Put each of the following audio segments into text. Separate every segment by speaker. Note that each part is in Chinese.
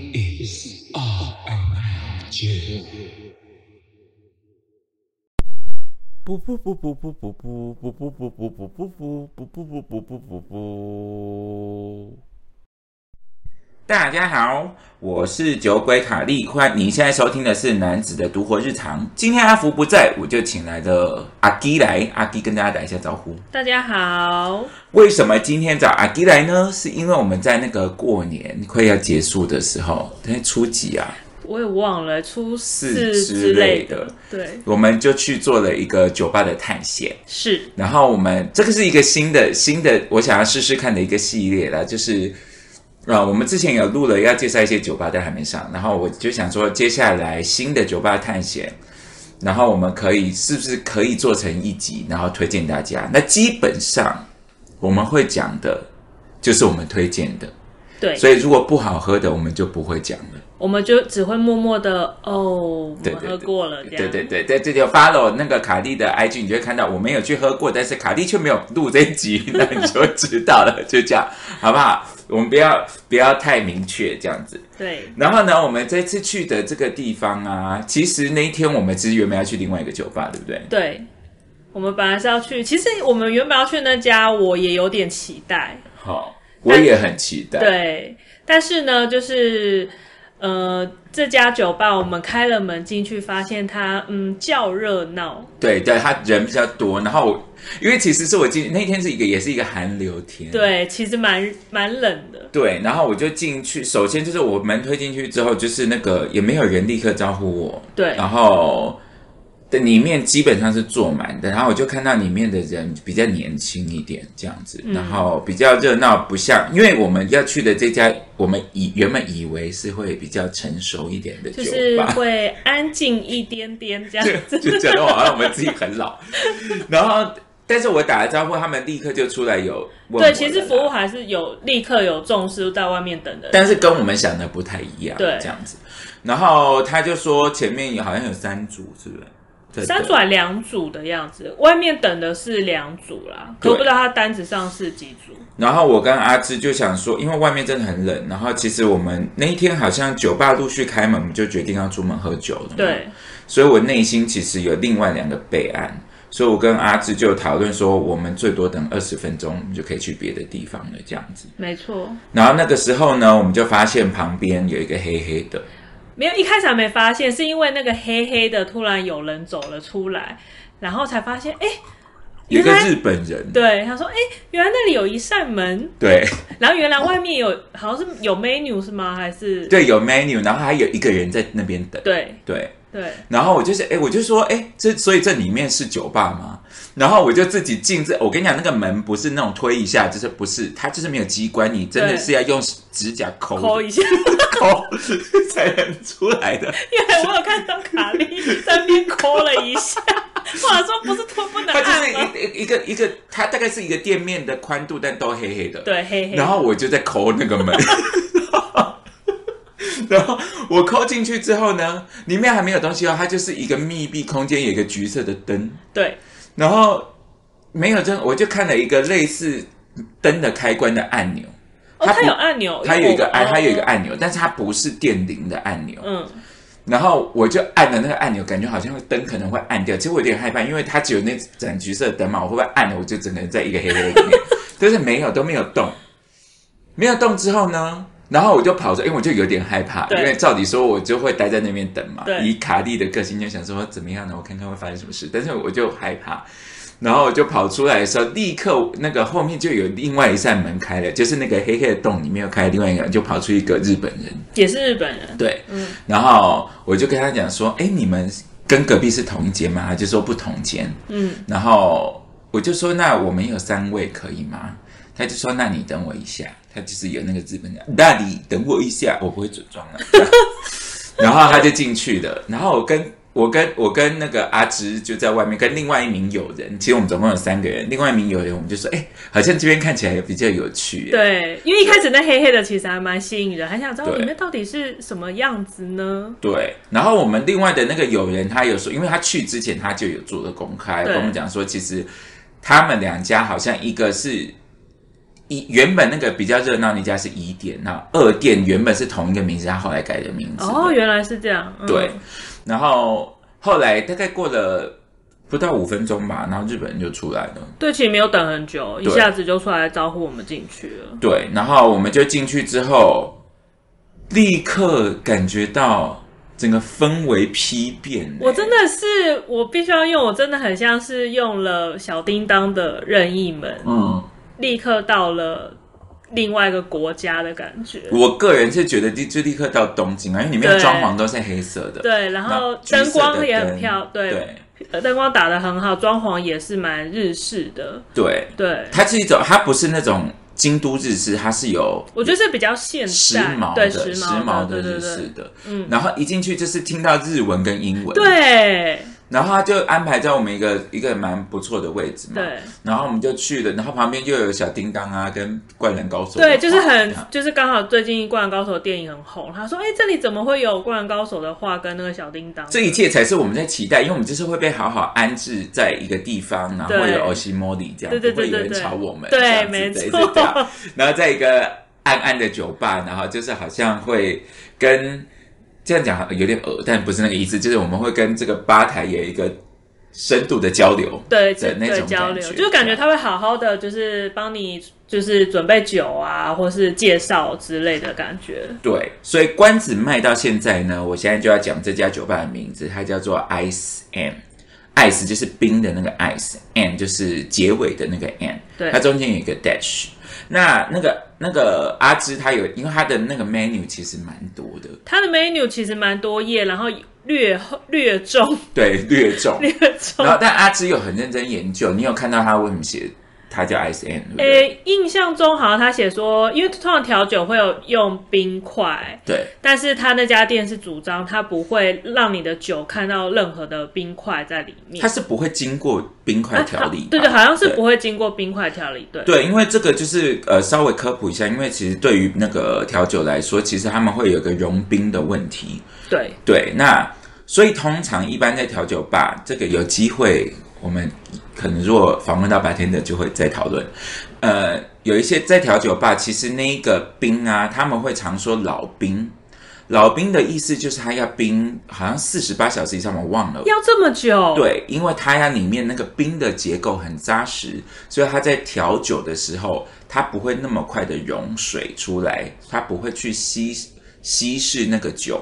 Speaker 1: is RNG.
Speaker 2: 不不不不不不不不不不不不不不不不不不不不不。
Speaker 3: 大家好，我是酒鬼卡利宽，你现在收听的是《男子的独活日常》。今天阿福不在，我就请来了阿基来，阿基跟大家打一下招呼。
Speaker 4: 大家好，
Speaker 3: 为什么今天找阿基来呢？是因为我们在那个过年快要结束的时候，在初几啊？
Speaker 4: 我也忘了初四
Speaker 3: 四之
Speaker 4: 之
Speaker 3: 类
Speaker 4: 类
Speaker 3: 的
Speaker 4: 的，对，
Speaker 3: 我们就去做了一个酒吧的探险。
Speaker 4: 是
Speaker 3: 然后我们这个是一个新的新的，我想要试试看的一个系列啦，就是啊、呃我们之前有录了要介绍一些酒吧，但还没上。然后我就想说，接下来新的酒吧探险，然后我们可以是不是可以做成一集，然后推荐大家？那基本上我们会讲的，就是我们推荐的，
Speaker 4: 对，
Speaker 3: 所以如果不好喝的，我们就不会讲了。
Speaker 4: 我们就只会默默的哦，我
Speaker 3: 对
Speaker 4: 们
Speaker 3: 对
Speaker 4: 喝过了这
Speaker 3: 对
Speaker 4: 样，
Speaker 3: 对对对，这就 follow 那个卡莉的 IG，你就会看到我没有去喝过，但是卡莉却没有录这一集，那你就知道了，就这样，好不好？我们不要不要太明确这样子。
Speaker 4: 对
Speaker 3: 然后呢，我们这次去的这个地方啊，其实那一天我们其实原本要去另外一个酒吧，对不对？
Speaker 4: 对我们本来是要去，其实我们原本要去那家，我也有点期待，
Speaker 3: 好，我也很期待。，
Speaker 4: 对，但是呢，就是呃，这家酒吧我们开了门进去，发现它嗯较热闹，
Speaker 3: 对对，他人比较多，然后我因为其实是我今那天是一个也是一个寒流天，。
Speaker 4: 对，其实蛮蛮冷的，
Speaker 3: 对，然后我就进去，首先就是我门推进去之后，就是那个也没有人立刻招呼我，
Speaker 4: 对
Speaker 3: 然后的里面基本上是坐满的，然后我就看到里面的人比较年轻一点这样
Speaker 4: 嗯
Speaker 3: 子，然后比较热闹，不像因为我们要去的这家，我们以原本以为是会比较成熟一点的酒
Speaker 4: 就是
Speaker 3: 吧，
Speaker 4: 会安静一点点这样子。
Speaker 3: 就觉得好像我们自己很老，然后但是我打了招呼，他们立刻就出来有问我
Speaker 4: 对，其实
Speaker 3: 了啦
Speaker 4: 服务还是有立刻有重视在外面等的人。
Speaker 3: 但是跟我们想的不太一样，
Speaker 4: 对
Speaker 3: 这样子。然后他就说前面有好像有三组，是不是？对
Speaker 4: 三组还两组的样子，外面等的是两组啦，可
Speaker 3: 对
Speaker 4: 我不知道他单子上是几组。
Speaker 3: 然后我跟阿芝就想说，因为外面真的很冷，然后其实我们那一天好像酒吧陆续开门，我们就决定要出门喝酒了。，
Speaker 4: 对，
Speaker 3: 所以我内心其实有另外两个备案，所以我跟阿芝就讨论说，我们最多等二十分钟，我们就可以去别的地方了，这样子。
Speaker 4: 没错，
Speaker 3: 然后那个时候呢，我们就发现旁边有一个黑黑的，
Speaker 4: 没有一开始还没发现，是因为那个黑黑的突然有人走了出来，然后才发现，哎、
Speaker 3: 有一个
Speaker 4: 原来
Speaker 3: 日本人，
Speaker 4: 对，他说，哎、原来那里有一扇门，
Speaker 3: 对。
Speaker 4: 然后原来外面有好像是有 menu 是吗？还是
Speaker 3: 对，有 menu，然后还有一个人在那边等。
Speaker 4: 对
Speaker 3: 对，
Speaker 4: 对
Speaker 3: 然后我就是，哎，我就说，哎，这所以这里面是酒吧吗？然后我就自己进这，我跟你讲，那个门不是那种推一下，就是不是，它就是没有机关，你真的
Speaker 4: 对
Speaker 3: 是要用指甲抠
Speaker 4: 抠一下，
Speaker 3: 抠才能出来的。
Speaker 4: 因为我有看到卡莉在那边抠了一下， 我想说不是脱不能
Speaker 3: 它就是
Speaker 4: 按吗？
Speaker 3: 一一一个一个，它大概是一个店面的宽度，但都黑黑的。
Speaker 4: 对，嘿嘿。
Speaker 3: 然后我就在抠那个门， 然后我抠进去之后呢，里面还没有东西哦，它就是一个密闭空间，有一个橘色的灯，
Speaker 4: 对
Speaker 3: 然后没有灯，我就看了一个类似灯的开关的按钮，
Speaker 4: 哦，
Speaker 3: 它
Speaker 4: 它
Speaker 3: 不
Speaker 4: 有按钮，
Speaker 3: 它有一个
Speaker 4: 我
Speaker 3: 按，它有一个，
Speaker 4: 哦
Speaker 3: 按钮，但是它不是电铃的按钮，
Speaker 4: 嗯，
Speaker 3: 然后我就按了那个按钮，感觉好像灯可能会暗掉。其实我有点害怕，因为它只有那盏橘色的灯嘛，我会不会按了我就整个人在一个黑黑的里面？但是没有，都没有动，没有动之后呢，然后我就跑着，因为我就有点害怕，因
Speaker 4: 对
Speaker 3: 为照理说我就会待在那边等嘛。
Speaker 4: 对
Speaker 3: 以卡莉的个性就想说怎么样呢？我看看会发生什么事，但是我就害怕。然后我就跑出来的时候，立刻那个后面就有另外一扇门开了，就是那个黑黑的洞里面又开了另外一个人，就跑出一个日本人。
Speaker 4: 也是日本人，嗯
Speaker 3: 对，然后我就跟他讲说，哎，你们跟隔壁是同一间吗？他就说不同间，
Speaker 4: 嗯，
Speaker 3: 然后我就说那我们有三位可以吗？他就说那你等我一下，他就是有那个日本的，那你等我一下，我不会准装了。 这样然后他就进去了，然后我跟我跟我跟那个阿芝就在外面跟另外一名友人，其实我们总共有三个人，另外一名友人我们就说，哎，好像这边看起来比较有趣，
Speaker 4: 对，因为一开始那黑黑的其实还蛮吸引人，很想知道
Speaker 3: 对
Speaker 4: 里面到底是什么样子呢？
Speaker 3: 对，然后我们另外的那个友人，他有说，因为他去之前他就有做了公开，
Speaker 4: 对
Speaker 3: 跟我们讲说，其实他们两家好像一个是一原本那个比较热闹那家是一店，那二店原本是同一个名字，他后来改的名字。
Speaker 4: 哦，原来是这样。嗯
Speaker 3: 对，然后后来大概过了不到五分钟吧，然后日本人就出来了。
Speaker 4: 对，其实没有等很久，一
Speaker 3: 对
Speaker 4: 下子就出来招呼我们进去了。
Speaker 3: 对，然后我们就进去之后，立刻感觉到整个氛围批变、欸
Speaker 4: 我真的是，我必须要用，我真的很像是用了小叮当的任意门，
Speaker 3: 嗯，
Speaker 4: 立刻到了另外一个国家的感觉。
Speaker 3: 我个人是觉得立就立刻到东京啊，因为里面的
Speaker 4: 对
Speaker 3: 装潢都是黑色的，
Speaker 4: 对，然后
Speaker 3: 那橘色的
Speaker 4: 灯光也很
Speaker 3: 灯
Speaker 4: 漂，对，
Speaker 3: 对
Speaker 4: 呃灯光打得很好，装潢也是蛮日式的。
Speaker 3: 对，
Speaker 4: 对，
Speaker 3: 它是一种，它不是那种京都日式，它是有
Speaker 4: 我觉得是比较现
Speaker 3: 时
Speaker 4: 代，
Speaker 3: 髦
Speaker 4: 对
Speaker 3: 的、
Speaker 4: 时
Speaker 3: 时
Speaker 4: 髦
Speaker 3: 髦
Speaker 4: 的，
Speaker 3: 的
Speaker 4: 对对
Speaker 3: 日
Speaker 4: 对
Speaker 3: 式
Speaker 4: 对，
Speaker 3: 的。
Speaker 4: 嗯，
Speaker 3: 然后一进去就是听到日文跟英文，，
Speaker 4: 对
Speaker 3: 然后他就安排在我们一个一个蛮不错的位置嘛，
Speaker 4: 对
Speaker 3: 然后我们就去了，然后旁边又有小叮当啊，跟灌篮高手，
Speaker 4: 对，就是很
Speaker 3: 啊
Speaker 4: 就是刚好最近《灌篮高手》电影很红，他说：“哎，这里怎么会有《灌篮高手》的画跟那个小叮当？”
Speaker 3: 这一切才是我们在期待，因为我们就是会被好好安置在一个地方，然后
Speaker 4: 对
Speaker 3: 会有 o s h i m o r i 这样，
Speaker 4: 对对对
Speaker 3: 不会有
Speaker 4: 对对
Speaker 3: 人吵我们，
Speaker 4: 对
Speaker 3: 这样子
Speaker 4: 没
Speaker 3: 对
Speaker 4: 错
Speaker 3: 对这样然后在一个暗暗的酒吧，然后就是好像会跟这样讲有点恶，但不是那个意思，就是我们会跟这个吧台有一个深度的交流，
Speaker 4: 对
Speaker 3: 的那
Speaker 4: 对
Speaker 3: 种
Speaker 4: 交
Speaker 3: 感
Speaker 4: 流，
Speaker 3: 觉
Speaker 4: 就感觉他会好好的，就是帮你就是准备酒啊，或是介绍之类的感觉。
Speaker 3: 对，所以关子卖到现在呢，我现在就要讲这家酒吧的名字，它叫做 Ice M。ice 就是冰的那个 ice，and 就是结尾的那个 and，
Speaker 4: 对
Speaker 3: 它中间有一个 dash。那那个那个阿芝，他有，因为他的那个 menu 其实蛮多的，
Speaker 4: 它的 menu 其实蛮多页，然后略略重
Speaker 3: 对，略重。
Speaker 4: 略
Speaker 3: 然后
Speaker 4: 重。
Speaker 3: 但阿芝有很认真研究，你有看到他为什么写他叫 ice m 对不对？
Speaker 4: 诶，印象中好像他写说，因为通常调酒会有用冰块，
Speaker 3: 对
Speaker 4: 但是他那家店是主张他不会让你的酒看到任何的冰块在里面
Speaker 3: 它。是不会经过冰块调理吧、
Speaker 4: 啊对对，好像是
Speaker 3: 对
Speaker 4: 不会经过冰块调理，对
Speaker 3: 对，因为这个就是呃，稍微科普一下，因为其实对于那个调酒来说，其实他们会有一个融冰的问题。
Speaker 4: 对
Speaker 3: 对，那所以通常一般在调酒吧，这个有机会，我们可能如果访问到白天的，就会再讨论。呃，有一些在调酒吧，其实那个冰啊，他们会常说老冰。老冰的意思就是它要冰，好像四十八小时以上，我忘了。
Speaker 4: 要这么久，
Speaker 3: 对，因为它呀里面那个冰的结构很扎实，所以它在调酒的时候，它不会那么快的溶水出来，它不会去稀稀释那个酒。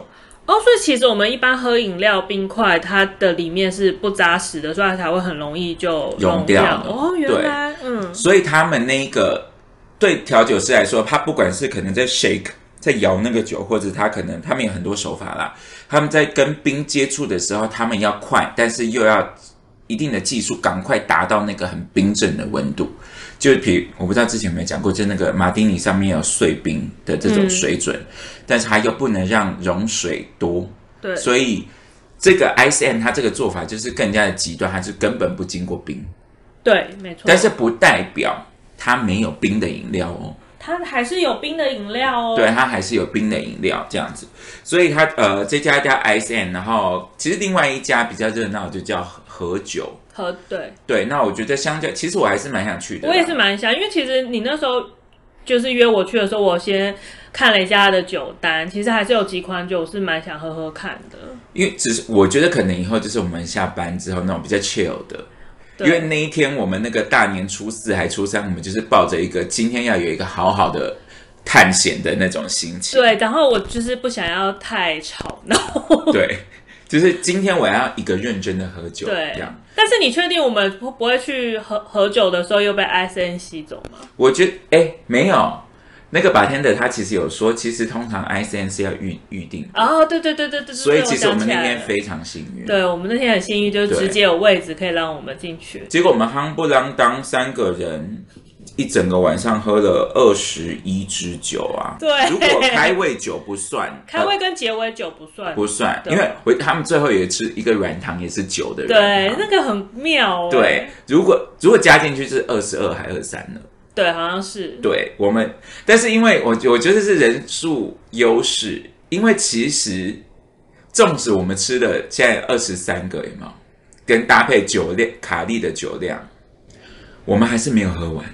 Speaker 4: 哦，所以其实我们一般喝饮料冰块，它的里面是不扎实的，所以它才会很容易就
Speaker 3: 溶掉
Speaker 4: 掉。
Speaker 3: 了
Speaker 4: 哦，原
Speaker 3: 对
Speaker 4: 来，嗯，
Speaker 3: 所以他们那个对调酒师来说，他不管是可能在 shake。在摇那个酒，或者他可能他们有很多手法啦。他们在跟冰接触的时候，他们要快，但是又要一定的技术，赶快达到那个很冰镇的温度。就比如我不知道之前有没有讲过，就那个马丁尼上面有碎冰的这种水准，但是它又不能让融水多，
Speaker 4: 对，
Speaker 3: 所以这个 S M 它这个做法就是更加的极端，它是根本不经过冰，
Speaker 4: 对，没错。
Speaker 3: 但是不代表它没有冰的饮料哦。
Speaker 4: 它还是有冰的饮料哦。
Speaker 3: 对，，它还是有冰的饮料这样子，所以它呃这家叫 S M，然后其实另外一家比较热闹就叫和酒，
Speaker 4: 和对，
Speaker 3: 对，那我觉得相较，其实我还是蛮想去的啦。
Speaker 4: 我也是蛮想，因为其实你那时候就是约我去的时候，我先看了一下它的酒单，其实还是有几款酒我是蛮想喝喝看的。
Speaker 3: 因为只是我觉得可能以后就是我们下班之后那种比较 chill 的，因
Speaker 4: 对
Speaker 3: 为那一天我们那个大年初四还初三，我们就是抱着一个今天要有一个好好的探险的那种心情，
Speaker 4: 对，然后我就是不想要太 吵闹。
Speaker 3: 对，就是今天我要一个认真的喝酒，
Speaker 4: 对
Speaker 3: 这样。，
Speaker 4: 但是你确定我们不不会去喝喝酒的时候又被 S N 吸走吗？
Speaker 3: 我觉得哎没有。那个 bartender 他其实有说，其实通常 I C N 是要预预定的，
Speaker 4: 哦，对对对对对对，
Speaker 3: 所以其实我
Speaker 4: 想
Speaker 3: 们
Speaker 4: 起
Speaker 3: 那
Speaker 4: 来
Speaker 3: 天
Speaker 4: 了
Speaker 3: 非常幸运。
Speaker 4: 对我们那天很幸运，就是
Speaker 3: 对
Speaker 4: 直接有位置可以让我们进去。
Speaker 3: 结果我们夯不啷当三个人一整个晚上喝了二十一支酒啊！
Speaker 4: 对
Speaker 3: 如果开胃酒不算，
Speaker 4: 开
Speaker 3: 呃
Speaker 4: 胃跟结尾酒不算，
Speaker 3: 不算，
Speaker 4: 对
Speaker 3: 因为我他们最后也吃一个软糖，也是酒的软
Speaker 4: 对，
Speaker 3: 糖。
Speaker 4: 那个很妙、哦。
Speaker 3: 对，如果如果加进去是二十二还二三呢？
Speaker 4: 对，好像是。
Speaker 3: 对我们，但是因为我我觉得是人数优势，因为其实纵使我们吃了现在二十三个，有没有？跟搭配酒量卡利的酒量，我们还是没有喝完。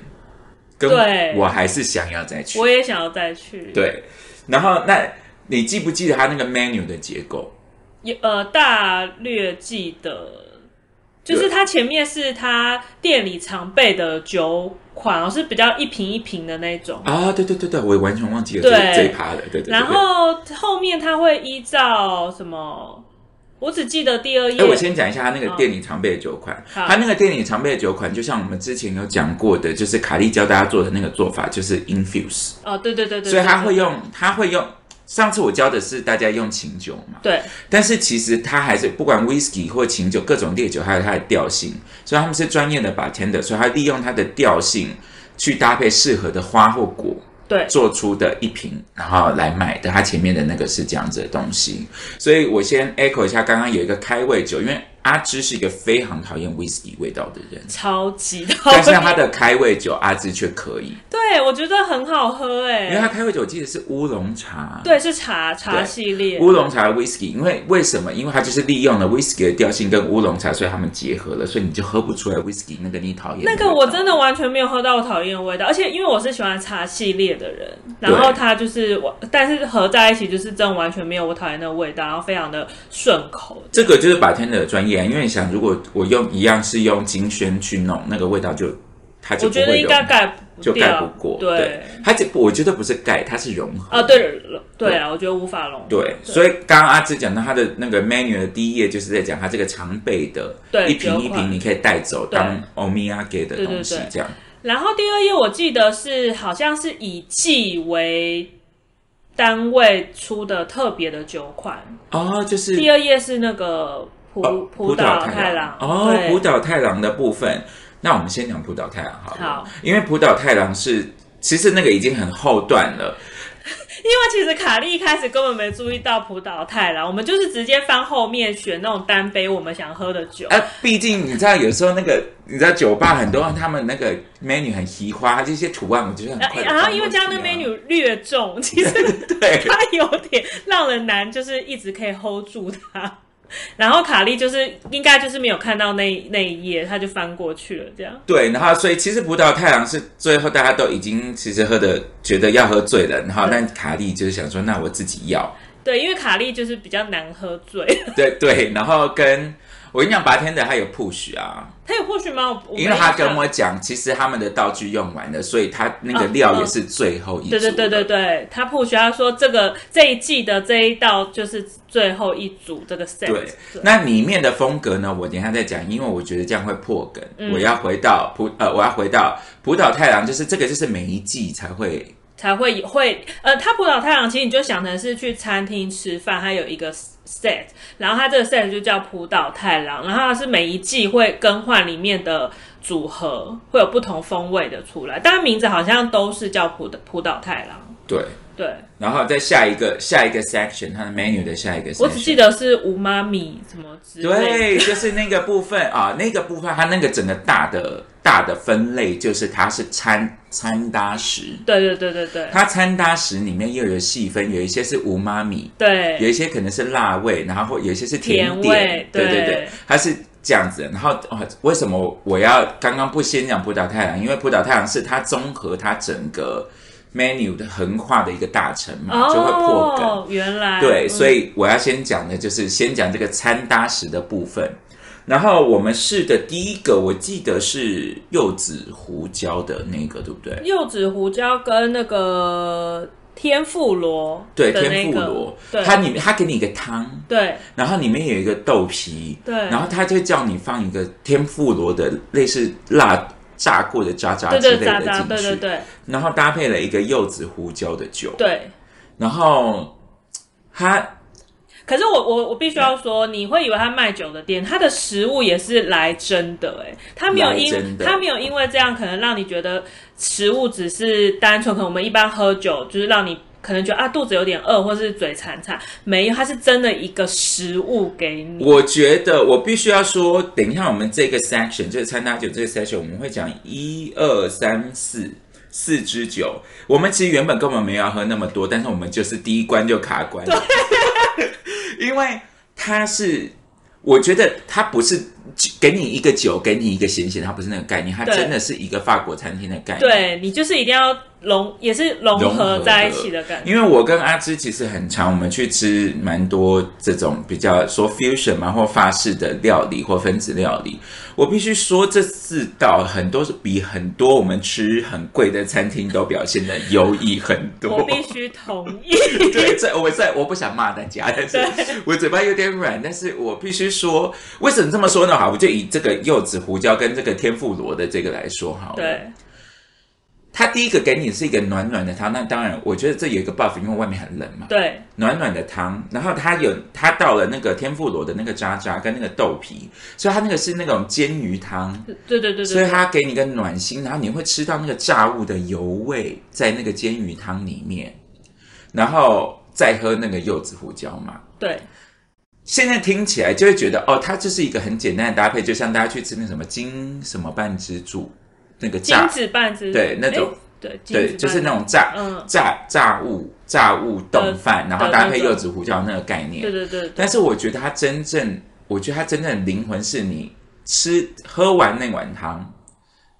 Speaker 3: 跟
Speaker 4: 对
Speaker 3: 我还是想要再去
Speaker 4: 我。也想要再去。，
Speaker 3: 对，然后那你记不记得它那个 menu 的结构？
Speaker 4: 也呃大略记得，就是
Speaker 3: 对
Speaker 4: 它前面是它店里常备的酒款，哦是比较一瓶一瓶的那种。
Speaker 3: 啊，对对对对，我完全忘记了这
Speaker 4: 对
Speaker 3: 这一趴了。对对对。
Speaker 4: 然后后面它会依照什么？我只记得第二页
Speaker 3: 哎，我先讲一下它那个店里常备的酒款。
Speaker 4: 好
Speaker 3: 它那个店里常备的酒款，就像我们之前有讲过的，就是卡莉教大家做的那个做法，就是 infuse，
Speaker 4: 哦，对对对对，
Speaker 3: 所以
Speaker 4: 对
Speaker 3: 他会用，他会用。上次我教的是大家用琴酒嘛，
Speaker 4: 对
Speaker 3: 但是其实它还是不管 whisky 或琴酒，各种烈酒，还有它的调性，所以他们是专业的 bartender，所以他利用它的调性去搭配适合的花或果
Speaker 4: 对
Speaker 3: 做出的一瓶，然后来卖的。它前面的那个是这样子的东西，所以我先 echo 一下刚刚有一个开胃酒，因为阿芝是一个非常讨厌 whisky 味道的人，
Speaker 4: 超级的。
Speaker 3: 但是他的开胃酒阿芝却可以，
Speaker 4: 对我觉得很好喝哎、
Speaker 3: 因为他开胃酒我记得是乌龙茶，
Speaker 4: 对，是茶茶
Speaker 3: 对
Speaker 4: 系列，
Speaker 3: 乌龙茶的 whisky，因为为什么？因为它就是利用了 whisky 的调性跟乌龙茶，所以它们结合了，所以你就喝不出来 whisky 那个你讨厌。
Speaker 4: 那个我真的完全没有喝到我讨厌的味道，而且因为我是喜欢茶系列的人，然后它就是我，但是合在一起就是真的完全没有我讨厌的味道，然后非常的顺口。
Speaker 3: 这个就是把天的专业，因为你想，如果我用一样是用金萱去弄，那个味道就它就
Speaker 4: 我
Speaker 3: 不
Speaker 4: 觉
Speaker 3: 会
Speaker 4: 得应
Speaker 3: 有
Speaker 4: 该盖不
Speaker 3: 就
Speaker 4: 掉，
Speaker 3: 盖不过。
Speaker 4: 对，
Speaker 3: 它这我觉得不是盖，它是融合。
Speaker 4: 啊，对对啊，我觉得无法融合。
Speaker 3: 对，所以刚刚阿芝讲到他的那个 menu 的第一页，就是在讲他这个常备的，
Speaker 4: 对
Speaker 3: 一瓶一
Speaker 4: 酒款
Speaker 3: 瓶你可以带走
Speaker 4: 对
Speaker 3: 当欧米亚给的
Speaker 4: 对对
Speaker 3: 东西
Speaker 4: 对，
Speaker 3: 这样。
Speaker 4: 然后第二页我记得是好像是以季为单位出的特别的酒款，
Speaker 3: 哦，就是
Speaker 4: 第二页是那个浦
Speaker 3: 哦
Speaker 4: 浦岛太郎
Speaker 3: 哦，
Speaker 4: 对
Speaker 3: 浦岛太郎的部分，那我们先讲浦岛太郎好了，
Speaker 4: 好，
Speaker 3: 因为浦岛太郎是其实那个已经很后段了，
Speaker 4: 因为其实卡莉一开始根本没注意到浦岛太郎，我们就是直接翻后面选那种单杯我们想喝的酒。
Speaker 3: 啊，毕竟你知道有时候那个你知道酒吧很多他们那个 menu 很奇花，这些图案我觉得很
Speaker 4: 然
Speaker 3: 快地
Speaker 4: 后呃
Speaker 3: 翻过
Speaker 4: 然后
Speaker 3: 去啊，
Speaker 4: 因为加那 menu 略重，其实
Speaker 3: 对。
Speaker 4: 它有点让人难，就是一直可以 hold 住它。然后卡莉就是应该就是没有看到那那一页，他就翻过去了，这样。
Speaker 3: 对，然后所以其实葡萄太郎是最后大家都已经其实喝的觉得要喝醉了，然后但卡莉就是想说那我自己要，
Speaker 4: 对，因为卡莉就是比较难喝醉，
Speaker 3: 对对，然后跟我跟你讲，白天的还有 push 啊，
Speaker 4: 他有或许吗？我我没
Speaker 3: 因为他
Speaker 4: 印象
Speaker 3: 跟我讲，其实他们的道具用完了，所以他那个料也是最后一组、
Speaker 4: 嗯对对对对，对，他 push 他说这个这一季的这一道就是最后一组这个 set。
Speaker 3: 对。那里面的风格呢？我等一下再讲，因为我觉得这样会破梗。
Speaker 4: 嗯
Speaker 3: 我要回到葡呃，我要回到浦岛太郎，就是这个就是每一季才会
Speaker 4: 才会会呃，他浦岛太郎其实你就想成是去餐厅吃饭，它有一个 set，然后它这个 set 就叫浦岛太郎，然后它是每一季会更换里面的组合，会有不同风味的出来，但名字好像都是叫浦浦岛太郎。
Speaker 3: 对。
Speaker 4: 对
Speaker 3: 然后在下一个下一个 section，它的 menu 的下一个 section，
Speaker 4: 我只记得是五妈咪什么之类的，
Speaker 3: 对，就是那个部分啊，那个部分它那个整个大的大的分类就是它是餐餐搭食，
Speaker 4: 对对对对对
Speaker 3: 它餐搭食里面又有细分，有一些是无妈咪，有
Speaker 4: 对
Speaker 3: 一些可能是辣味，然后有一些是甜
Speaker 4: 甜
Speaker 3: 点
Speaker 4: 味，
Speaker 3: 对
Speaker 4: 对
Speaker 3: 对，它是这样子的。然后、哦、为什么我要刚刚不先讲葡萄太阳？因为葡萄太阳是它综合它整个 menu 的横跨的一个大臣嘛，就会破梗。
Speaker 4: 哦，原来
Speaker 3: 对，所
Speaker 4: 以
Speaker 3: 以我要先讲的就是先讲这个餐搭食的部分。然后我们试的第一个，我记得是柚子胡椒的那个，对不对？
Speaker 4: 柚子胡椒跟那个天妇罗
Speaker 3: 对，
Speaker 4: 的那
Speaker 3: 天妇
Speaker 4: 个
Speaker 3: 罗，
Speaker 4: 对
Speaker 3: 它里面它给你一个汤，
Speaker 4: 对
Speaker 3: 然后里面有一个豆皮，
Speaker 4: 对
Speaker 3: 然后他就叫你放一个天妇罗的类似辣炸过的渣渣
Speaker 4: 对
Speaker 3: 啊之
Speaker 4: 对
Speaker 3: 类
Speaker 4: 渣
Speaker 3: 的
Speaker 4: 渣
Speaker 3: 进去，
Speaker 4: 对对对
Speaker 3: 然后搭配了一个柚子胡椒的酒，，
Speaker 4: 对。
Speaker 3: 然后他
Speaker 4: 可是我我我必须要说，你会以为他卖酒的店，他的食物也是来真的、欸，哎，他没有
Speaker 3: 来真
Speaker 4: 因
Speaker 3: 的
Speaker 4: 他没有因为这样可能让你觉得食物只是单纯，可能我们一般喝酒就是让你可能觉得啊肚子有点饿，或是嘴馋馋，没有，他是真的一个食物给你，
Speaker 3: 我觉得我必须要说，等一下我们这个 section 就是餐搭酒这个 section，我们会讲一二三四。四支酒，我们其实原本根本没有要喝那么多，但是我们就是第一关就卡 关，因为它是，我觉得它不是给你一个酒，给你一个咸咸，它不是那个概念，它
Speaker 4: 对
Speaker 3: 真的是一个法国餐厅的概念。
Speaker 4: 对你就是一定要融，也是融
Speaker 3: 融合
Speaker 4: 合在一起的感觉。
Speaker 3: 因为我跟阿芝其实很常，我们去吃蛮多这种比较说 fusion 嘛或法式的料理或分子料理。我必须说，这四道很多是比很多我们吃很贵的餐厅都表现的优异很多。
Speaker 4: 我必须同意，
Speaker 3: 对，这我在我不想骂大家，但是 我嘴巴有点软，但是我必须说，为什么这么说呢？好，我就以这个柚子胡椒跟这个天妇罗的这个来说好了。
Speaker 4: 对，
Speaker 3: 它第一个给你是一个暖暖的汤，那当然，我觉得这有一个 buff，因为外面很冷嘛，
Speaker 4: 对，
Speaker 3: 暖暖的汤，然后它有它到了那个天妇罗的那个渣渣跟那个豆皮，所以它那个是那种煎鱼汤，
Speaker 4: 对对对
Speaker 3: 所以
Speaker 4: 对，
Speaker 3: 它给你一个暖心，然后你会吃到那个炸物的油味在那个煎鱼汤里面，然后再喝那个柚子胡椒嘛。
Speaker 4: 对，
Speaker 3: 现在听起来就会觉得哦，它就是一个很简单的搭配，就像大家去吃那什么金什么半之助那个
Speaker 4: 金
Speaker 3: 炸
Speaker 4: 子半子，
Speaker 3: 对那种
Speaker 4: 诶哎对金
Speaker 3: 对，
Speaker 4: 子
Speaker 3: 就是
Speaker 4: 半
Speaker 3: 那种炸、
Speaker 4: 嗯
Speaker 3: 炸炸物炸物冻饭，然后
Speaker 4: 的
Speaker 3: 搭配
Speaker 4: 那种
Speaker 3: 柚子胡椒那个概念。
Speaker 4: 对对对对
Speaker 3: 但是我觉得它真正，我觉得它真正的灵魂是你吃喝完那碗汤，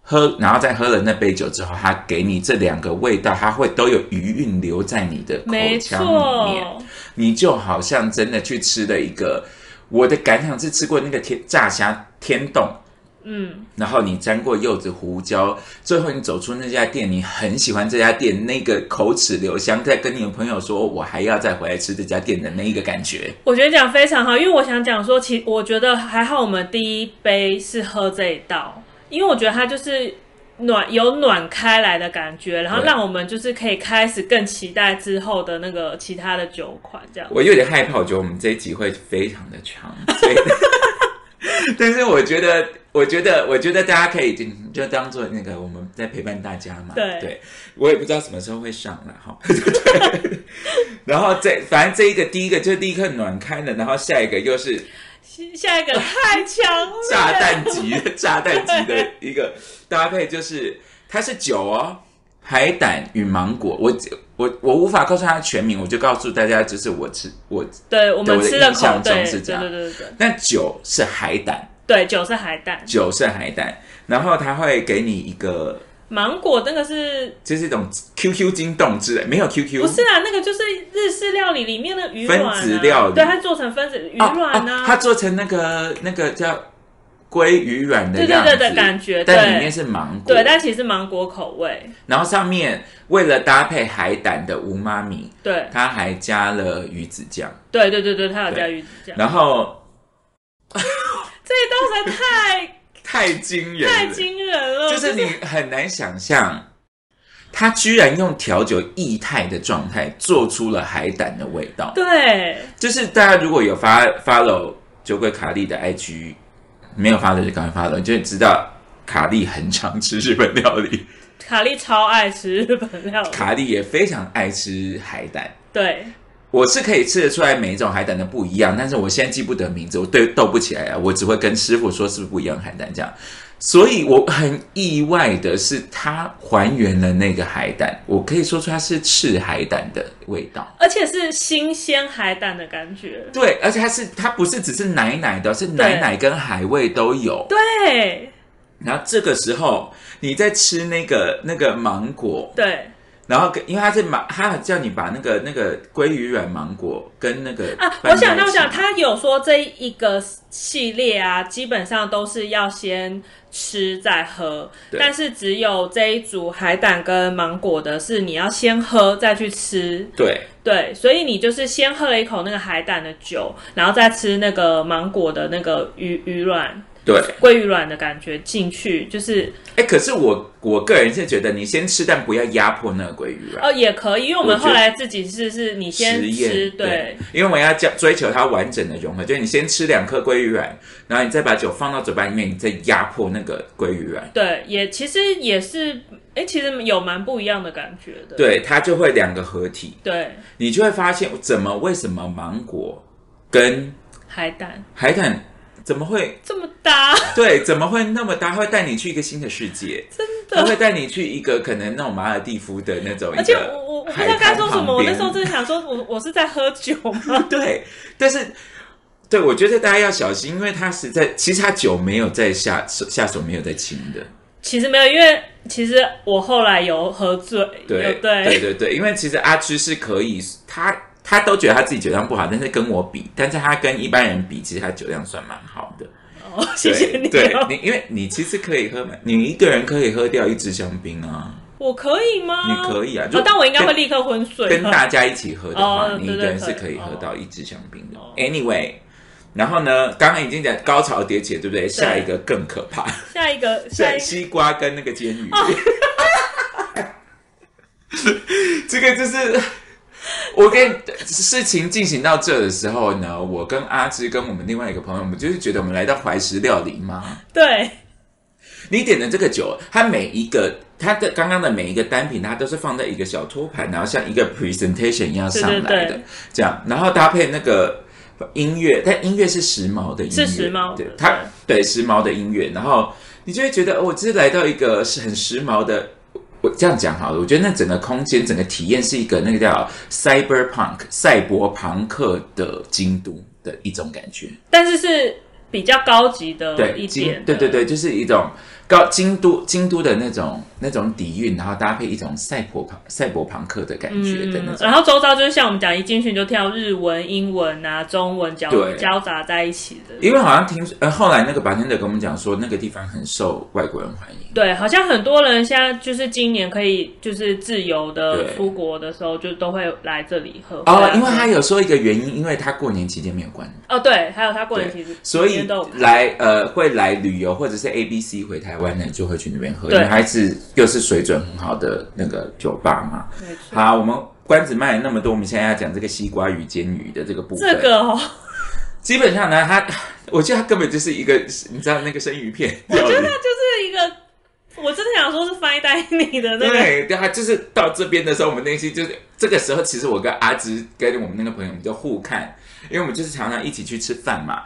Speaker 3: 喝然后再喝了那杯酒之后，它给你这两个味道，它会都有余韵留在你的口
Speaker 4: 没
Speaker 3: 腔里面。
Speaker 4: 错，
Speaker 3: 你就好像真的去吃了一个，我的感想是吃过那个天炸虾天冻，
Speaker 4: 嗯，
Speaker 3: 然后你沾过柚子胡椒，最后你走出那家店，你很喜欢这家店，那个口齿留香，在跟你的朋友说我还要再回来吃这家店的那一个感觉。
Speaker 4: 我觉得讲非常好，因为我想讲说，其我觉得还好，我们第一杯是喝这一道，因为我觉得它就是暖有暖开来的感觉，然后
Speaker 3: 对
Speaker 4: 让我们就是可以开始更期待之后的那个其他的酒款这样。
Speaker 3: 我有点害怕，我觉得我们这一集会非常的长，所以但是我觉得，我觉得，我觉得大家可以嗯就当做那个我们在陪伴大家嘛。
Speaker 4: 对
Speaker 3: 我也不知道什么时候会上了哈。 对然后这反正这一个第一个就立刻暖开了，然后下一个又是
Speaker 4: 下下一个太强了，
Speaker 3: 炸弹级的炸弹级的一个搭配，就是它是酒哦，海胆与芒果。我我我无法告诉它的全名，我就告诉大家，就是我吃我
Speaker 4: 对我们
Speaker 3: 对我的
Speaker 4: 吃了
Speaker 3: 印
Speaker 4: 口
Speaker 3: 象，中
Speaker 4: 对
Speaker 3: 是
Speaker 4: 对
Speaker 3: 这
Speaker 4: 对
Speaker 3: 样
Speaker 4: 对对对，
Speaker 3: 那酒是海胆，
Speaker 4: 对酒是海胆，
Speaker 3: 酒是海胆，然后它会给你一个，
Speaker 4: 芒果那个是
Speaker 3: 就是一种 QQ 金冻之类，没有 QQ，
Speaker 4: 不是啊？那个就是日式料理里面的鱼
Speaker 3: 分
Speaker 4: 卵、啊，
Speaker 3: 子料理
Speaker 4: 对它做成分子鱼卵
Speaker 3: 哦哦
Speaker 4: 啊，
Speaker 3: 它做成那个那个叫鲑鱼软的
Speaker 4: 对对
Speaker 3: 样子
Speaker 4: 对的感觉，
Speaker 3: 但里
Speaker 4: 对
Speaker 3: 面是芒果，
Speaker 4: 对，但其实是芒果口味，
Speaker 3: 然后上面为了搭配海胆的无妈咪，
Speaker 4: 对
Speaker 3: 它还加了鱼子酱，
Speaker 4: 对对对对，它有加鱼子酱，
Speaker 3: 然后
Speaker 4: 这一道实在太
Speaker 3: 太惊人了，
Speaker 4: 太惊人了，
Speaker 3: 就是你很难想象。它居然用调酒液态的状态做出了海胆的味道，
Speaker 4: 对
Speaker 3: 就是大家如果有发 follow 酒鬼卡莉的 IG，没有 follow 就赶快 follow，就知道卡莉很常吃日本料理，
Speaker 4: 卡莉超爱吃日本料理，
Speaker 3: 卡莉也非常爱吃海胆。
Speaker 4: 对
Speaker 3: 我是可以吃得出来每一种海胆的不一样，但是我现在记不得名字，我对斗不起来啊，我只会跟师傅说是不是不一样海胆这样。所以我很意外的是，它还原了那个海胆，我可以说出它是赤海胆的味道。
Speaker 4: 而且是新鲜海胆的感觉，
Speaker 3: 对，而且它是它不是只是奶奶的，是奶奶跟海味都有。
Speaker 4: 对
Speaker 3: 然后这个时候你在吃那个那个芒果，
Speaker 4: 对
Speaker 3: 然后跟因为它是芒，它叫你把那个那个鲑鱼软芒果跟那个
Speaker 4: 啊！
Speaker 3: 拌
Speaker 4: 我
Speaker 3: 在
Speaker 4: 想
Speaker 3: 一
Speaker 4: 到
Speaker 3: 起
Speaker 4: 想，他有说这一个系列啊，基本上都是要先吃再喝，
Speaker 3: 对
Speaker 4: 但是只有这一组海胆跟芒果的是你要先喝再去吃，
Speaker 3: 对
Speaker 4: 对，所以你就是先喝了一口那个海胆的酒，然后再吃那个芒果的那个鱼鱼卵、
Speaker 3: 对。
Speaker 4: 鲑鱼卵的感觉进去，就是
Speaker 3: 哎，可是我我个人是觉得你先吃，但不要压迫那个鲑鱼软。
Speaker 4: 哦也可以，因为我
Speaker 3: 我
Speaker 4: 们
Speaker 3: 觉得
Speaker 4: 后来自己是是你先
Speaker 3: 实
Speaker 4: 吃，
Speaker 3: 验
Speaker 4: 对，
Speaker 3: 因为我要叫追求它完整的融合，就是你先吃两颗鲑鱼软，然后你再把酒放到嘴巴里面，你再压迫那个鲑鱼软，
Speaker 4: 对，也其实也是，哎，其实有蛮不一样的感觉的，
Speaker 3: 对，它就会两个合体。
Speaker 4: 对，
Speaker 3: 你就会发现，怎么为什么芒果跟
Speaker 4: 海胆
Speaker 3: 海胆怎么会
Speaker 4: 这么 搭，
Speaker 3: 对怎么会那么搭？它会带你去一个新的世界，真
Speaker 4: 的
Speaker 3: 它会带你去一个可能那种马尔蒂夫的那种一
Speaker 4: 而且
Speaker 3: 个
Speaker 4: 我我我不知
Speaker 3: 海
Speaker 4: 道该
Speaker 3: 滩
Speaker 4: 说什
Speaker 3: 旁
Speaker 4: 么，我那
Speaker 3: 边
Speaker 4: 时候真的想说我我是在喝酒吗？
Speaker 3: 对，但是对，我觉得大家要小心，因为他实在，其实他酒没有在下下手没有在轻的，
Speaker 4: 其实没有，因为其实我后来有喝醉，有
Speaker 3: 对
Speaker 4: 对
Speaker 3: 对对对因为其实阿芝是可以，他他都觉得他自己酒量不好，但是跟我比，但是他跟一般人比，其实他酒量算蛮好的。
Speaker 4: 哦， 谢谢你、
Speaker 3: 对
Speaker 4: 哦
Speaker 3: 对，你因为你其实可以喝，你一个人可以喝掉一支香槟啊，
Speaker 4: 我可以吗？
Speaker 3: 你可以啊，就
Speaker 4: 哦，但我应该会
Speaker 3: 跟
Speaker 4: 立刻昏睡。
Speaker 3: 跟大家一起喝的话，
Speaker 4: 哦
Speaker 3: 你
Speaker 4: 对
Speaker 3: 一
Speaker 4: 对
Speaker 3: 个人是
Speaker 4: 可
Speaker 3: 可
Speaker 4: 以
Speaker 3: 以喝
Speaker 4: 哦
Speaker 3: 到一支香槟的。
Speaker 4: 哦
Speaker 3: Anyway，然后呢，刚刚已经讲高潮迭起，对不对？下一个更可怕，
Speaker 4: 下一个，
Speaker 3: 是
Speaker 4: 下一个，哦
Speaker 3: 西瓜跟那个煎鱼。 这个就是我跟事情进行到这的时候呢，我跟阿芝跟我们另外一个朋友，我们就是觉得我们来到怀石料理嘛。
Speaker 4: 对
Speaker 3: 你点的这个酒，它每一个它的刚刚的每一个单品，它都是放在一个小托盘，然后像一个 presentation 一样上来的，
Speaker 4: 对对对
Speaker 3: 这样，然后搭配那个音乐，但音乐是时髦的音乐，
Speaker 4: 是时髦的
Speaker 3: 对它对时髦的音乐，然后你就会觉得，哦，我这是来到一个是很时髦的。我这样讲好了，我觉得那整个空间、整个体验是一个那个叫 cyberpunk 赛博朋克的京都的一种感觉。
Speaker 4: 但是是比较高级的
Speaker 3: 对，
Speaker 4: 嗯一
Speaker 3: 京
Speaker 4: 点，嗯
Speaker 3: 对对，对，就是一种高京都京都的那种那种底蕴，然后搭配一种赛博朋赛博朋克的感觉的那种。
Speaker 4: 嗯，然后周遭就是像我们讲，一进去你就跳日文、英文啊、中文交
Speaker 3: 对
Speaker 4: 交杂在一起的，
Speaker 3: 因为好像听说呃，后来那个 bartender 跟我们讲说，那个地方很受外国人欢迎。
Speaker 4: 对，好像很多人现在就是今年可以就是自由的
Speaker 3: 对
Speaker 4: 出国的时候，就都会来这里喝。回
Speaker 3: 哦
Speaker 4: 来，
Speaker 3: 因为
Speaker 4: 喝
Speaker 3: 他有说一个原因，因为他过年期间没有关，
Speaker 4: 哦，对，还有他过年其实
Speaker 3: 所
Speaker 4: 期
Speaker 3: 以
Speaker 4: 间都有开
Speaker 3: 来呃会来旅游或者是 A B C 回台湾的就会去那边喝，因
Speaker 4: 对
Speaker 3: 为它是又是水准很好的那个酒吧嘛。
Speaker 4: 没错
Speaker 3: 好，我们关子卖了那么多，我们现在要讲这个西瓜与煎鱼的这个部分。
Speaker 4: 这个哦，
Speaker 3: 基本上呢，他我觉得他根本就是一个，你知道那个生鱼片
Speaker 4: 我
Speaker 3: 料
Speaker 4: 觉
Speaker 3: 理
Speaker 4: 得他就是一个，我真的想说是 fine dining 的那个
Speaker 3: 对，对，他就是到这边的时候，我们内心就是这个时候，其实我跟阿芝跟我们那个朋友，我们就互看，因为我们就是常常一起去吃饭嘛，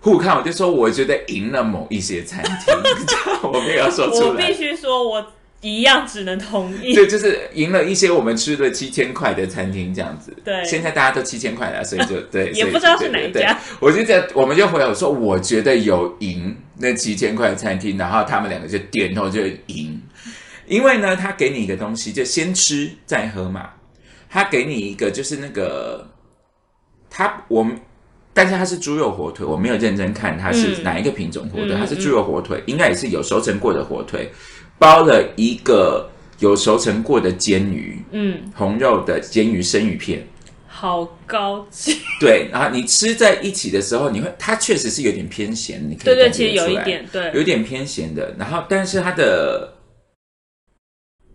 Speaker 3: 互看，我就说我觉得赢了某一些餐厅， 你知道我没有说
Speaker 4: 我
Speaker 3: 出
Speaker 4: 必
Speaker 3: 来。
Speaker 4: 须说，我一样只能同意。
Speaker 3: 对，就是赢了一些我们吃了七千块的餐厅这样子。
Speaker 4: 对
Speaker 3: 现在大家都七千块了，所以 就对，
Speaker 4: 也
Speaker 3: 所以
Speaker 4: 不知道是哪一
Speaker 3: 对对对
Speaker 4: 家
Speaker 3: 我就在我们就回我说，我觉得有赢那七千块的餐厅，然后他们两个就点头就赢，因为呢，他给你一个东西，就先吃再喝嘛。他给你一个就是那个，他我们。但是它是猪肉火腿，我没有认真看它是
Speaker 4: 嗯
Speaker 3: 哪一个品种火腿，
Speaker 4: 嗯
Speaker 3: 它是猪肉火腿，应该也是有熟成过的火腿，包了一个有熟成过的煎鱼，
Speaker 4: 嗯，
Speaker 3: 红肉的煎鱼生鱼片。
Speaker 4: 好高级。
Speaker 3: 对，然后你吃在一起的时候，你会它确实是有点偏咸，你可
Speaker 4: 对
Speaker 3: 以
Speaker 4: 对，
Speaker 3: 感觉
Speaker 4: 其实有
Speaker 3: 出
Speaker 4: 一
Speaker 3: 来
Speaker 4: 点，对
Speaker 3: 有点偏咸的。然后，但是它的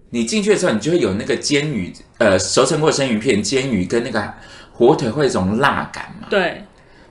Speaker 3: 你进去的时候，你就会有那个煎鱼，呃，熟成过生鱼片、煎鱼跟那个火腿会有一种辣感嘛，
Speaker 4: 对，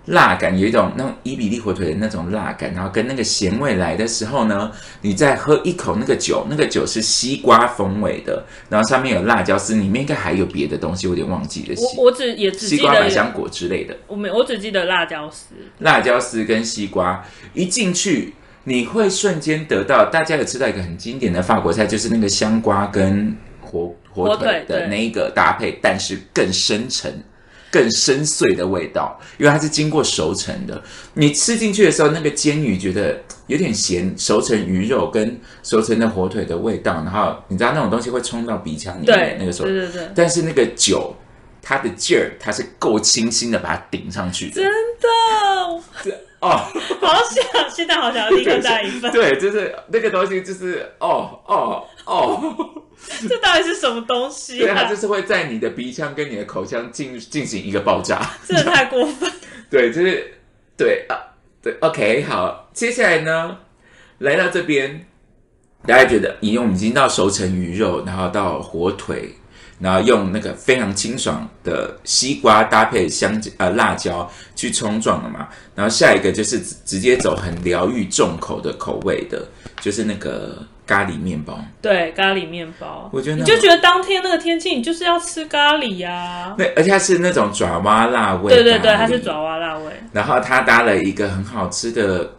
Speaker 3: 辣感有一种那种伊比利火腿的那种辣感，然后跟那个咸味来的时候呢，你再喝一口那个酒，那个酒是西瓜风味的，然后上面有辣椒丝，里面应该还有别的东西，我有点忘记了，西
Speaker 4: 我我只也只
Speaker 3: 西
Speaker 4: 记
Speaker 3: 瓜百
Speaker 4: 得
Speaker 3: 香果之类的，
Speaker 4: 我没我只记得辣椒丝，
Speaker 3: 辣椒丝跟西瓜一进去。你会瞬间得到，大家有吃到一个很经典的法国菜，就是那个香瓜跟火火
Speaker 4: 火
Speaker 3: 腿
Speaker 4: 腿
Speaker 3: 的
Speaker 4: 对
Speaker 3: 那一个搭配，但是更深沉、更深邃的味道，因为它是经过熟成的。你吃进去的时候，那个煎鱼觉得有点咸，熟成鱼肉跟熟成的火腿的味道，然后你知道那种东西会冲到鼻腔里
Speaker 4: 对
Speaker 3: 面，，那个时候
Speaker 4: 对，对对，
Speaker 3: 但是那个酒。它的劲儿，它是够清新的，把它顶上去的。
Speaker 4: 真的，
Speaker 3: 哦，。
Speaker 4: 好想，现在好想立刻带一份
Speaker 3: 对，就是那个东西，就是哦哦哦，
Speaker 4: 这到底是什么东西
Speaker 3: 对，它
Speaker 4: 啊
Speaker 3: 就？是会在你的鼻腔跟你的口腔进进行一个爆炸。
Speaker 4: 这也太过分。
Speaker 3: 对，就是对啊，对，OK，好，接下来呢，来到这边，大家觉得，因为我们已经到熟成鱼肉，然后到火腿，然后用那个非常清爽的西瓜搭配香呃辣椒去冲撞了嘛，然后下一个就是直直接走很疗愈重口的口味的，就是那个咖喱面包。
Speaker 4: 对，咖喱面包，
Speaker 3: 我觉得那
Speaker 4: 你就觉得当天那个天气，你就是要吃咖喱呀。
Speaker 3: 那而且它是那种爪哇辣味，
Speaker 4: 对对对，它是爪哇辣味。
Speaker 3: 然后他搭了一个很好吃的，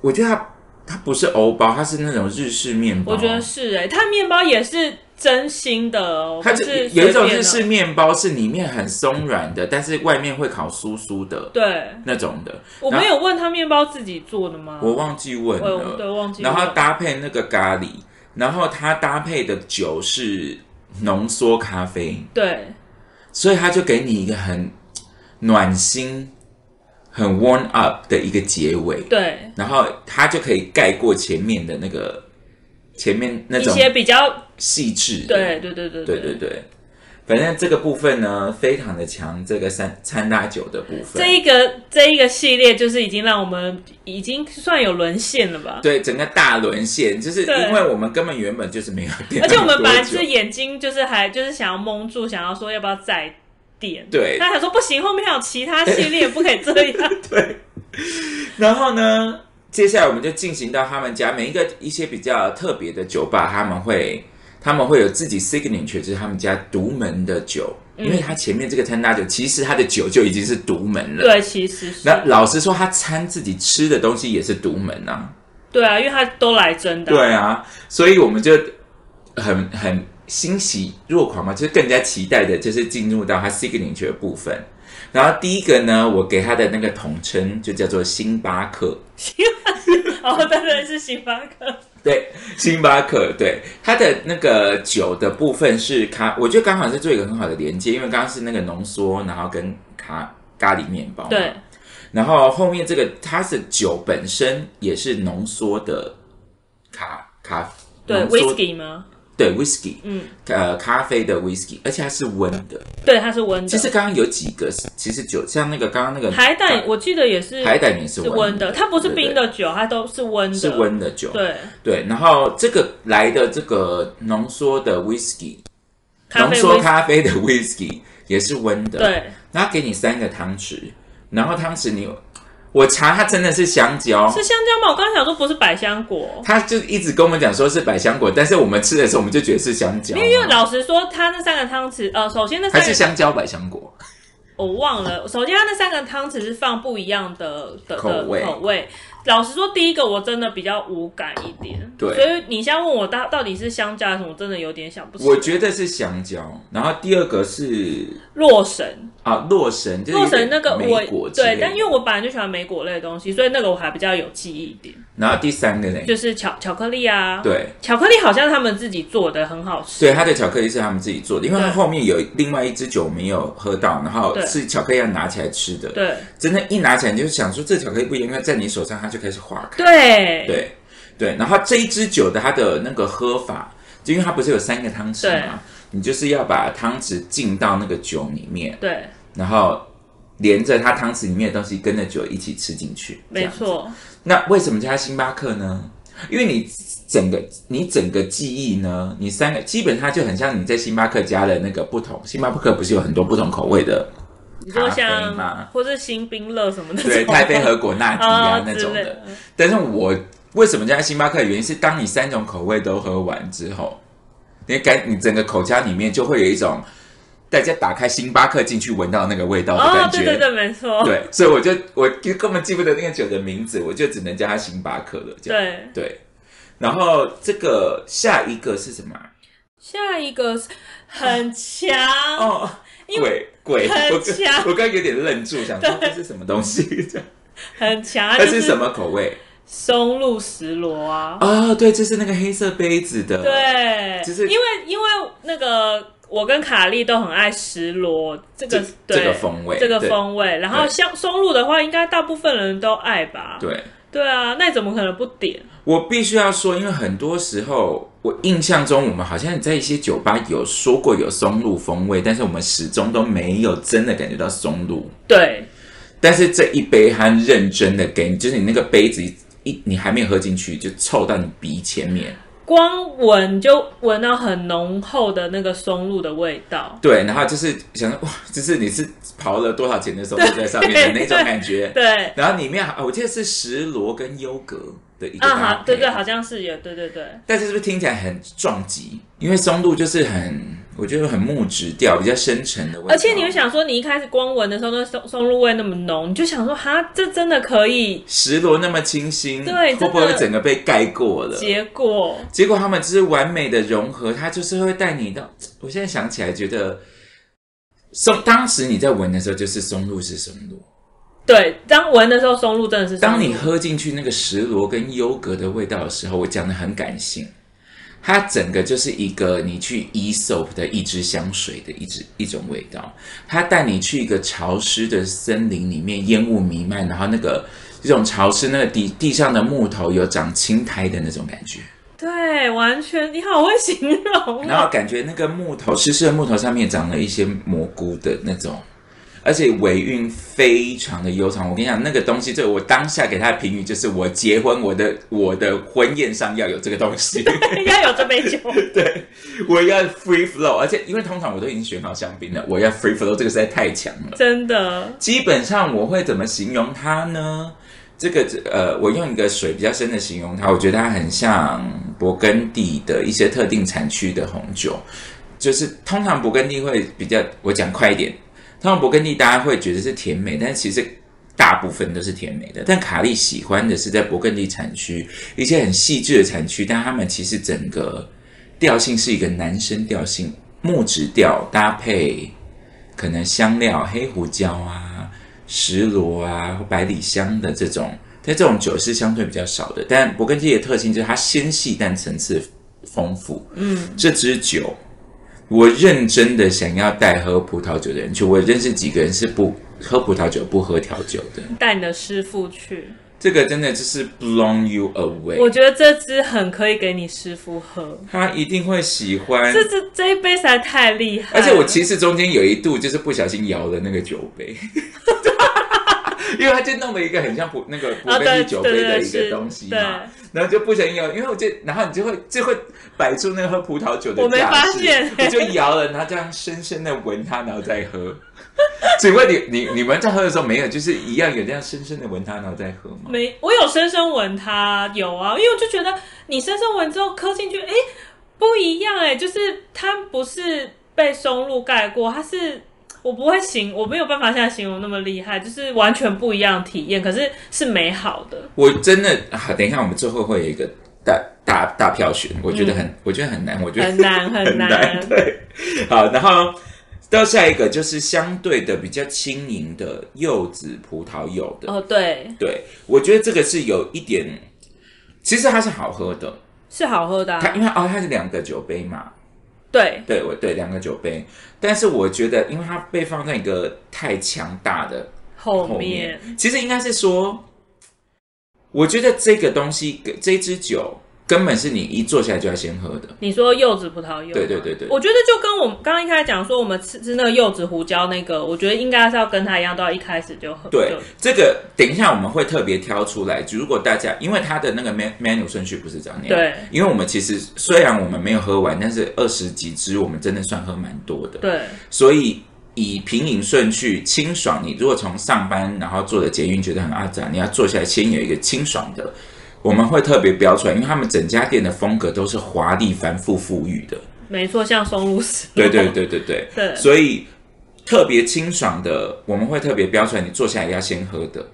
Speaker 3: 我觉得它它不是欧包，它是那种日式面包。
Speaker 4: 欸我觉得是哎、它面包也是真心的哦，
Speaker 3: 它
Speaker 4: 不
Speaker 3: 就是有一种
Speaker 4: 随便
Speaker 3: 日
Speaker 4: 的
Speaker 3: 式面包是里面很松软的，但是外面会烤酥酥的
Speaker 4: 对，
Speaker 3: 那种的。
Speaker 4: 我
Speaker 3: 然
Speaker 4: 没
Speaker 3: 后
Speaker 4: 有问他面包自己做的吗？
Speaker 3: 我忘记问
Speaker 4: 我有对
Speaker 3: 了，
Speaker 4: 忘记问
Speaker 3: 然
Speaker 4: 了。
Speaker 3: 后搭配那个咖喱，然后它搭配的酒是浓缩咖啡，
Speaker 4: 对
Speaker 3: 所以它就给你一个很暖心、很 warm up 的一个结尾。
Speaker 4: 对，
Speaker 3: 然后它就可以盖过前面的那个前面那
Speaker 4: 一
Speaker 3: 种
Speaker 4: 些比较
Speaker 3: 细致的
Speaker 4: 对对对对
Speaker 3: 对对对，反正这个部分呢，非常的强，这个三餐搭酒的部分，
Speaker 4: 这一个这一个系列就是已经让我们已经算有沦陷了吧？
Speaker 3: 对整个大沦陷，就是
Speaker 4: 对
Speaker 3: 因为我们根本原本就是没有点那么多酒，
Speaker 4: 而且我们本来是眼睛就是还就是想要蒙住，想要说要不要再点，
Speaker 3: 对
Speaker 4: 他想说不行，后面还有其他系 列，不可以这样。
Speaker 3: 然后呢，接下来我们就进行到他们家每一个一些比较特别的酒吧，他们会他们会有自己 signature，就是他们家独门的酒。因为它前面这个餐搭酒，其实它的酒就已经是独门了。
Speaker 4: 对，其实是
Speaker 3: 那老实说，他餐自己吃的东西也是独门啊。
Speaker 4: 对啊，因为他都来真的，
Speaker 3: 对啊，所以我们就很很欣喜若狂嘛，就是更加期待的，就是进入到他 signature 的部分。然后第一个呢，我给他的那个统称就叫做星巴克。
Speaker 4: 哦，当然是星巴 克，
Speaker 3: 对，星巴克，对它的那个酒的部分是咖，我觉得刚好是做一个很好的连接，因为刚刚是那个浓缩，然后跟咖咖喱面包嘛，
Speaker 4: 对
Speaker 3: 然后后面这个它是酒本身也是浓缩的咖咖
Speaker 4: 对
Speaker 3: 浓缩
Speaker 4: ，whisky 吗？
Speaker 3: 对 whisky，
Speaker 4: 嗯，
Speaker 3: 呃咖啡的 whisky，而且它是温的。
Speaker 4: 对，它是温的。
Speaker 3: 其实刚刚有几个，其实酒像那个刚刚那个
Speaker 4: 海胆我记得也是
Speaker 3: 海胆也是
Speaker 4: 是温
Speaker 3: 的，
Speaker 4: 的，它不是
Speaker 3: 对对
Speaker 4: 冰的酒，它都是温的，
Speaker 3: 是温的酒。
Speaker 4: 对
Speaker 3: 对，然后这个来的这个浓缩的 whisky，
Speaker 4: 咖
Speaker 3: 浓
Speaker 4: 啡
Speaker 3: 缩
Speaker 4: 温
Speaker 3: 咖啡的 whisky 也是温的。，
Speaker 4: 对
Speaker 3: 然后给你三个汤匙，然后汤匙你，我查它真的是香蕉，
Speaker 4: 是香蕉吗？我刚刚想说不是百香果，
Speaker 3: 他就一直跟我们讲说是百香果，但是我们吃的时候我们就觉得是香蕉，
Speaker 4: 因为老实说，它那三个汤匙，呃，首先那
Speaker 3: 还
Speaker 4: 三
Speaker 3: 是
Speaker 4: 个
Speaker 3: 香蕉百香果。
Speaker 4: 我忘了，首先它那三个汤匙是放不一样的的
Speaker 3: 口
Speaker 4: 的
Speaker 3: 味
Speaker 4: 口味。老实说，第一个我真的比较无感一点，
Speaker 3: 对
Speaker 4: 所以你现在问我到到底是香蕉还是什么，我真的有点想不起来。
Speaker 3: 我觉得是香蕉，然后第二个是
Speaker 4: 洛神，
Speaker 3: 啊洛神，就是
Speaker 4: 洛神
Speaker 3: 有点
Speaker 4: 那个
Speaker 3: 莓果
Speaker 4: 我
Speaker 3: 之类
Speaker 4: 对
Speaker 3: 的，
Speaker 4: 但因为我本来就喜欢莓果类的东西，所以那个我还比较有记忆一点，
Speaker 3: 然后第三个呢，
Speaker 4: 就是巧巧克力啊，
Speaker 3: 哎对
Speaker 4: 巧克力好像他们自己做的很好吃，
Speaker 3: 对，它的巧克力是他们自己做的，因为它
Speaker 4: 对
Speaker 3: 后面有另外一支酒没有喝到，然后
Speaker 4: 对
Speaker 3: 是巧克力要拿起来吃的，
Speaker 4: 对
Speaker 3: 真的，一拿起来你就想说这巧克力不应该在你手上，它就开始化开，
Speaker 4: 对
Speaker 3: 对对，然后这一支酒的它的那个喝法，就因为它不是有三个汤匙嘛，你就是要把汤匙浸到那个酒里面，
Speaker 4: 对
Speaker 3: 然后连着它汤匙里面的东西跟着酒一起吃进去，这
Speaker 4: 没
Speaker 3: 样子。
Speaker 4: 错，
Speaker 3: 那为什么叫它星巴克呢？因为你整个你整个记忆呢，你三个基本上就很像你在星巴克加了那个不同，星巴克不是有很多不同口味的，
Speaker 4: 你说
Speaker 3: 咖啡
Speaker 4: 像
Speaker 3: 嘛
Speaker 4: 或是新冰乐什么的，
Speaker 3: 对，太妃和果纳提啊
Speaker 4: 啊
Speaker 3: 那
Speaker 4: 之
Speaker 3: 种
Speaker 4: 类
Speaker 3: 的。，但是我为什么叫它星巴克？原因是当你三种口味都喝完之后，你感你整个口腔里面就会有一种大家打开星巴克进去闻到那个味道的
Speaker 4: 哦
Speaker 3: 感，觉。
Speaker 4: 对对对，没错，
Speaker 3: 对所以我就我就根本记不得那个酒的名字，我就只能叫它星巴克了。这样
Speaker 4: 对
Speaker 3: 对。然后这个下一个是什么啊？
Speaker 4: 下一个是很强，
Speaker 3: 哦，
Speaker 4: 因为
Speaker 3: 鬼鬼，
Speaker 4: 很
Speaker 3: 我
Speaker 4: 像
Speaker 3: 刚 我刚有点愣住，想说这是什么东西？这样
Speaker 4: 很强，
Speaker 3: 它
Speaker 4: 就是
Speaker 3: 什么口味？
Speaker 4: 松露石螺啊，
Speaker 3: 哦，对，这是那个黑色杯子的。
Speaker 4: 对，
Speaker 3: 就是
Speaker 4: 因为因为那个我跟卡莉都很爱石螺这个
Speaker 3: 这
Speaker 4: 对
Speaker 3: 这个风味
Speaker 4: 这个
Speaker 3: 对
Speaker 4: 风味，然后
Speaker 3: 对
Speaker 4: 像松露的话，应该大部分人都爱吧？
Speaker 3: 对，
Speaker 4: 对啊，那你怎么可能不点？
Speaker 3: 我必须要说，因为很多时候我印象中，我们好像在一些酒吧有说过有松露风味，但是我们始终都没有真的感觉到松露。
Speaker 4: 对
Speaker 3: 但是这一杯他认真的给你，就是你那个杯子一一你还没喝进去，就凑到你鼻前面，
Speaker 4: 光闻就闻到很浓厚的那个松露的味道，
Speaker 3: 对，然后就是想说哇，就是你是刨了多少钱的松露在上面的那种感觉。
Speaker 4: 对
Speaker 3: 然后里面啊，我记得是石螺跟优格的一个
Speaker 4: 啊，
Speaker 3: 搭
Speaker 4: 好，
Speaker 3: 配
Speaker 4: 对对，好像是有，对对对，
Speaker 3: 但是是不是听起来很撞击？因为松露就是很，我觉得很木质调，比较深沉的味道。
Speaker 4: 而且你会想说，你一开始光闻的时候，那松松露味那么浓，你就想说，哈，这真的可以？
Speaker 3: 石螺那么清新，会
Speaker 4: 对
Speaker 3: 不
Speaker 4: 真
Speaker 3: 会
Speaker 4: 的
Speaker 3: 整个被盖过了？
Speaker 4: 结果
Speaker 3: 结果他们就是完美的融合，它就是会带你到。我现在想起来觉得松，当时你在闻的时候就是松露是松露，
Speaker 4: 对，当闻的时候，松露真的是松露
Speaker 3: 当你喝进去那个石螺跟优格的味道的时候，我讲的很感性，它整个就是一个你去 Esop 的一支香水的一支一种味道，它带你去一个潮湿的森林里面，烟雾弥漫，然后那个这种潮湿，那个地地上的木头有长青苔的那种感觉。
Speaker 4: 对，完全你好会形 容
Speaker 3: 然后
Speaker 4: 哦。
Speaker 3: 感觉那个木头湿湿的木头上面长了一些蘑菇的那种，而且尾韵非常的悠长。我跟你讲，那个东西，就我当下给他的评语就是：我结婚，我的我的婚宴上要有这个东西，
Speaker 4: 要有这杯酒，
Speaker 3: 对，我要 free flow。而且因为通常我都已经选好香槟了，我要 free flow，这个实在太强了。
Speaker 4: 真的
Speaker 3: 基本上我会怎么形容它呢？这个呃，我用一个水比较深的形容它，我觉得它很像勃艮第的一些特定产区的红酒，就是通常勃艮第会比较，我讲快一点，通常勃艮第大家会觉得是甜美，但其实大部分都是甜美的。但卡利喜欢的是在勃艮第产区一些很细致的产区，但他们其实整个调性是一个男生调性，木质调搭配可能香料、黑胡椒啊、石螺啊、或百里香的这种，但这种酒是相对比较少的。但勃艮第的特性就是它纤细，但层次丰富。嗯，这支酒我认真的想要带喝葡萄酒的人去，我认识几个人是不喝葡萄酒不喝调酒的，
Speaker 4: 带你的师傅去，
Speaker 3: 这个真的就是 blown you away。
Speaker 4: 我觉得这支很可以给你师傅喝。
Speaker 3: 他一定会喜欢，
Speaker 4: 这这这一杯实在太厉害 了，
Speaker 3: 而且我其实中间有一度就是不小心摇了那个酒杯， 因为他就弄了一个很像普那个普
Speaker 4: 啊
Speaker 3: 贝
Speaker 4: 对
Speaker 3: 利酒杯的一
Speaker 4: 对对
Speaker 3: 个
Speaker 4: 是
Speaker 3: 东西
Speaker 4: 对
Speaker 3: 嘛，然后就不小心摇，因为我就然后你就会就会摆出那个喝葡萄酒的
Speaker 4: 我没
Speaker 3: 架
Speaker 4: 发
Speaker 3: 势
Speaker 4: 现
Speaker 3: 我就摇了，然后这样深深的闻它，然后再喝。 请问你你你们在喝的时候没有就是一样有这样深深的闻它然后再喝吗？
Speaker 4: 没，我有深深闻它有啊，因为我就觉得你深深闻之后磕进去，哎，不一样哎，就是它不是被松露盖过，它是我不会形，我没有办法现在形容那么厉害，就是完全不一样的体验，可是是美好的。
Speaker 3: 我真的啊，等一下我们最后会有一个大大大票选，我觉得很、我觉得很难，我觉得
Speaker 4: 嗯很难很
Speaker 3: 很难
Speaker 4: 难，
Speaker 3: 对，好，然后到下一个就是相对的比较轻盈的柚子葡萄柚的，
Speaker 4: 哦，对，
Speaker 3: 对我觉得这个是有一点，其实它是好喝的，
Speaker 4: 是好喝的、
Speaker 3: 它
Speaker 4: 啊，
Speaker 3: 因为哦它是两个酒杯嘛，
Speaker 4: 对，
Speaker 3: 对我对两个酒杯，但是我觉得因为它被放在一个太强大的
Speaker 4: 后
Speaker 3: 后
Speaker 4: 面
Speaker 3: 面，其实应该是说，我觉得这个东西这支酒根本是你一坐下来就要先喝的。
Speaker 4: 你说柚子葡萄柚吗，
Speaker 3: 对对对对
Speaker 4: 我觉得就跟我们刚刚一开始讲说，我们吃吃那个柚子胡椒那个，我觉得应该是要跟它一样，都要一开始就喝，
Speaker 3: 对
Speaker 4: 就，
Speaker 3: 这个等一下我们会特别挑出来。如果大家因为它的那个 men- menu 顺序不是这样，
Speaker 4: 对，
Speaker 3: 因为我们其实虽然我们没有喝完，但是二十几支我们真的算喝蛮多的，，
Speaker 4: 对，
Speaker 3: 所以。以品饮顺序清爽，你如果从上班然后坐的捷运觉得很阿杂，你要坐下来先有一个清爽的，我们会特别标出来，因为他们整家店的风格都是华丽、繁复、富裕的，
Speaker 4: 没错，像松露丝，
Speaker 3: 对对对对对，
Speaker 4: 嗯对
Speaker 3: 所以特别清爽的，我们会特别标出来，你坐下来要先喝的。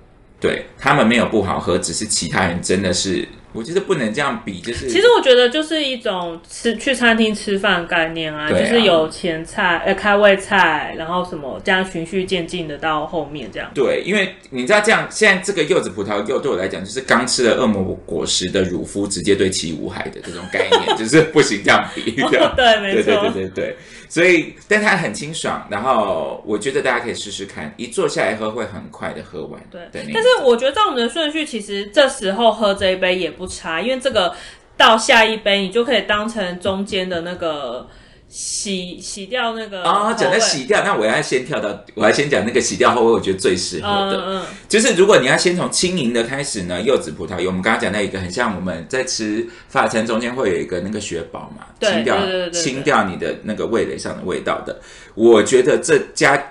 Speaker 3: 对他们没有不好喝，只是其他人真的是，我觉得不能这样比，就是
Speaker 4: 其实我觉得就是一种吃去餐厅吃饭的概念啊，
Speaker 3: 对啊
Speaker 4: 就是有前菜、呃开胃菜，然后什么这样循序渐进的到后面这样。
Speaker 3: 对，因为你知道这样，现在这个柚子葡萄柚对我来讲，就是刚吃了恶魔果实的乳夫直接对其无害的这种概念，就是不行这样比的。
Speaker 4: 对，没
Speaker 3: 对
Speaker 4: 错，
Speaker 3: 对对对对，所以但它很清爽，然后我觉得大家可以试试看，一坐下来喝会很快的喝完。
Speaker 4: 对
Speaker 3: 对，
Speaker 4: 但是我觉得照我们的顺序，其实这时候喝这一杯也不差，因为这个到下一杯你就可以当成中间的那个洗洗掉那个
Speaker 3: 啊、讲到
Speaker 4: 口味，
Speaker 3: 洗掉，那我要先跳到，我要先讲那个洗掉后味，我觉得最适合
Speaker 4: 嗯
Speaker 3: 的，
Speaker 4: 嗯，嗯
Speaker 3: 就是如果你要先从轻盈的开始呢，柚子葡萄柚，我们刚刚讲到一个很像我们在吃法餐中间会有一个那个雪宝嘛，
Speaker 4: 对
Speaker 3: 清掉
Speaker 4: 对对对对
Speaker 3: 清掉你的那个味蕾上的味道的。我觉得这家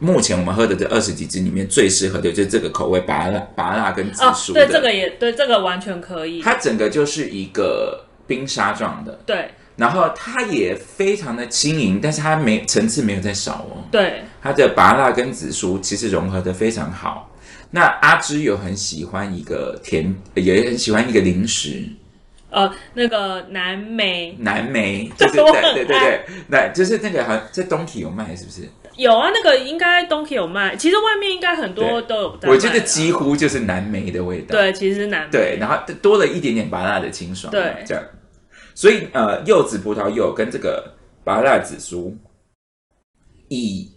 Speaker 3: 目前我们喝的这二十几支里面最适合的就是这个口味，拔辣拔辣跟紫
Speaker 4: 哦，
Speaker 3: 苏的，
Speaker 4: 对，这个也对，这个完全可以，
Speaker 3: 它整个就是一个冰沙状的，
Speaker 4: 对，
Speaker 3: 然后它也非常的轻盈，但是它没层次没有在少哦。
Speaker 4: 对，
Speaker 3: 它的拔辣跟紫苏其实融合的非常好。那阿芝有很喜欢一个甜，也很喜欢一个零食，
Speaker 4: 呃，那个南美
Speaker 3: 蓝莓，就是
Speaker 4: 这个我
Speaker 3: 对
Speaker 4: 很
Speaker 3: 对对对，那就是那个好像在东体有卖，是不是？
Speaker 4: 有啊，那个应该 Donkey 有卖，其实外面应该很多都有在卖啊。
Speaker 3: 我觉得几乎就是蓝莓的味道。
Speaker 4: 对，其实南美
Speaker 3: 对，然后多了一点点拔辣的清爽，啊
Speaker 4: 对
Speaker 3: 这样。所以呃，柚子葡萄柚跟这个拔辣紫苏，以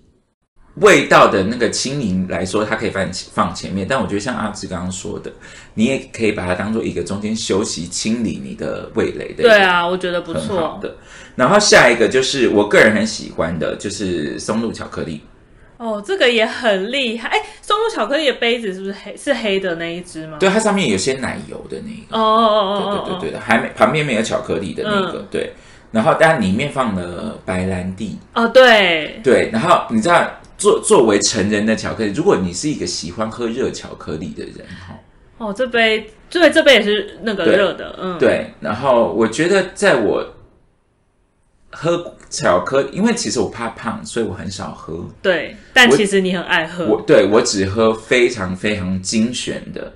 Speaker 3: 味道的那个轻盈来说，它可以放放前面。但我觉得像阿志刚刚说的，你也可以把它当做一个中间休息、清理你的味蕾的一个
Speaker 4: 对啊，我觉得不
Speaker 3: 很好
Speaker 4: 错。
Speaker 3: 的。然后下一个就是我个人很喜欢的，就是松露巧克力。
Speaker 4: 哦，这个也很厉害。哎，松露巧克力的杯子是不是黑是黑的那一只吗？
Speaker 3: 对，它上面有些奶油的那一个。
Speaker 4: 哦，哦哦哦
Speaker 3: 对
Speaker 4: 哦
Speaker 3: 对
Speaker 4: 哦，
Speaker 3: 对对，还没旁边没有巧克力的那个，对。然后但里面放了白兰地，
Speaker 4: 哦对，
Speaker 3: 对。然后你知道，作作为成人的巧克力，如果你是一个喜欢喝热巧克力的人哈，
Speaker 4: 哦这杯对这杯也是那个
Speaker 3: 对
Speaker 4: 热的，嗯，
Speaker 3: 对。然后我觉得，在我喝巧克力，因为其实我怕胖，所以我很少喝。
Speaker 4: 对，但
Speaker 3: 我
Speaker 4: 其实你很爱喝，
Speaker 3: 我对我只喝非常非常精选的，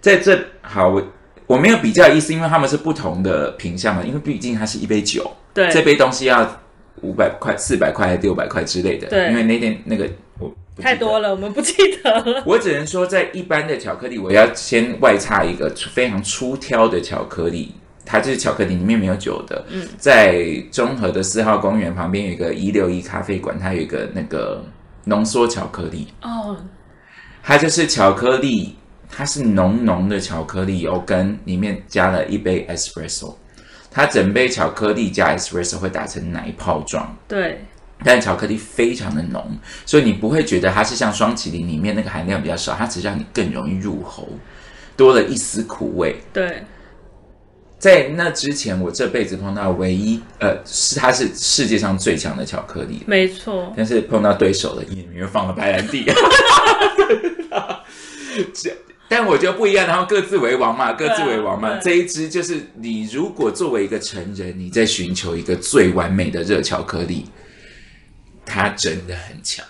Speaker 3: 在这好我。我没有比较意思，因为他们是不同的品相嘛，因为毕竟它是一杯酒，
Speaker 4: 对
Speaker 3: 这杯东西要五百块、四百块、六百块之类的。
Speaker 4: 对
Speaker 3: 因为那天那个我
Speaker 4: 太多
Speaker 3: 了。
Speaker 4: 了，我们不记得 了。
Speaker 3: 我只能说，在一般的巧克力，我要先外插一个非常粗挑的巧克力，它就是巧克力里面没有酒的。嗯，在中和的四号公园旁边有一个一六一咖啡馆，它有一个那个浓缩巧克力，
Speaker 4: 哦，
Speaker 3: 它就是巧克力，它是浓浓的巧克力油，跟里面加了一杯 espresso。它整杯巧克力加 espresso 会打成奶泡状，
Speaker 4: 对，
Speaker 3: 但巧克力非常的浓，所以你不会觉得它是像双麒麟里面那个含量比较少，它只是让你更容易入喉，多了一丝苦味。
Speaker 4: 对，
Speaker 3: 在那之前，我这辈子碰到唯一呃，是它是世界上最强的巧克力，
Speaker 4: 没错，
Speaker 3: 但是碰到对手了，里面放了白兰地。 这但我觉得不一样，然后各自为王嘛，各自为王嘛。
Speaker 4: 对啊
Speaker 3: 这一支就是你如果作为一个成人，你在寻求一个最完美的热巧克力，它真的很强。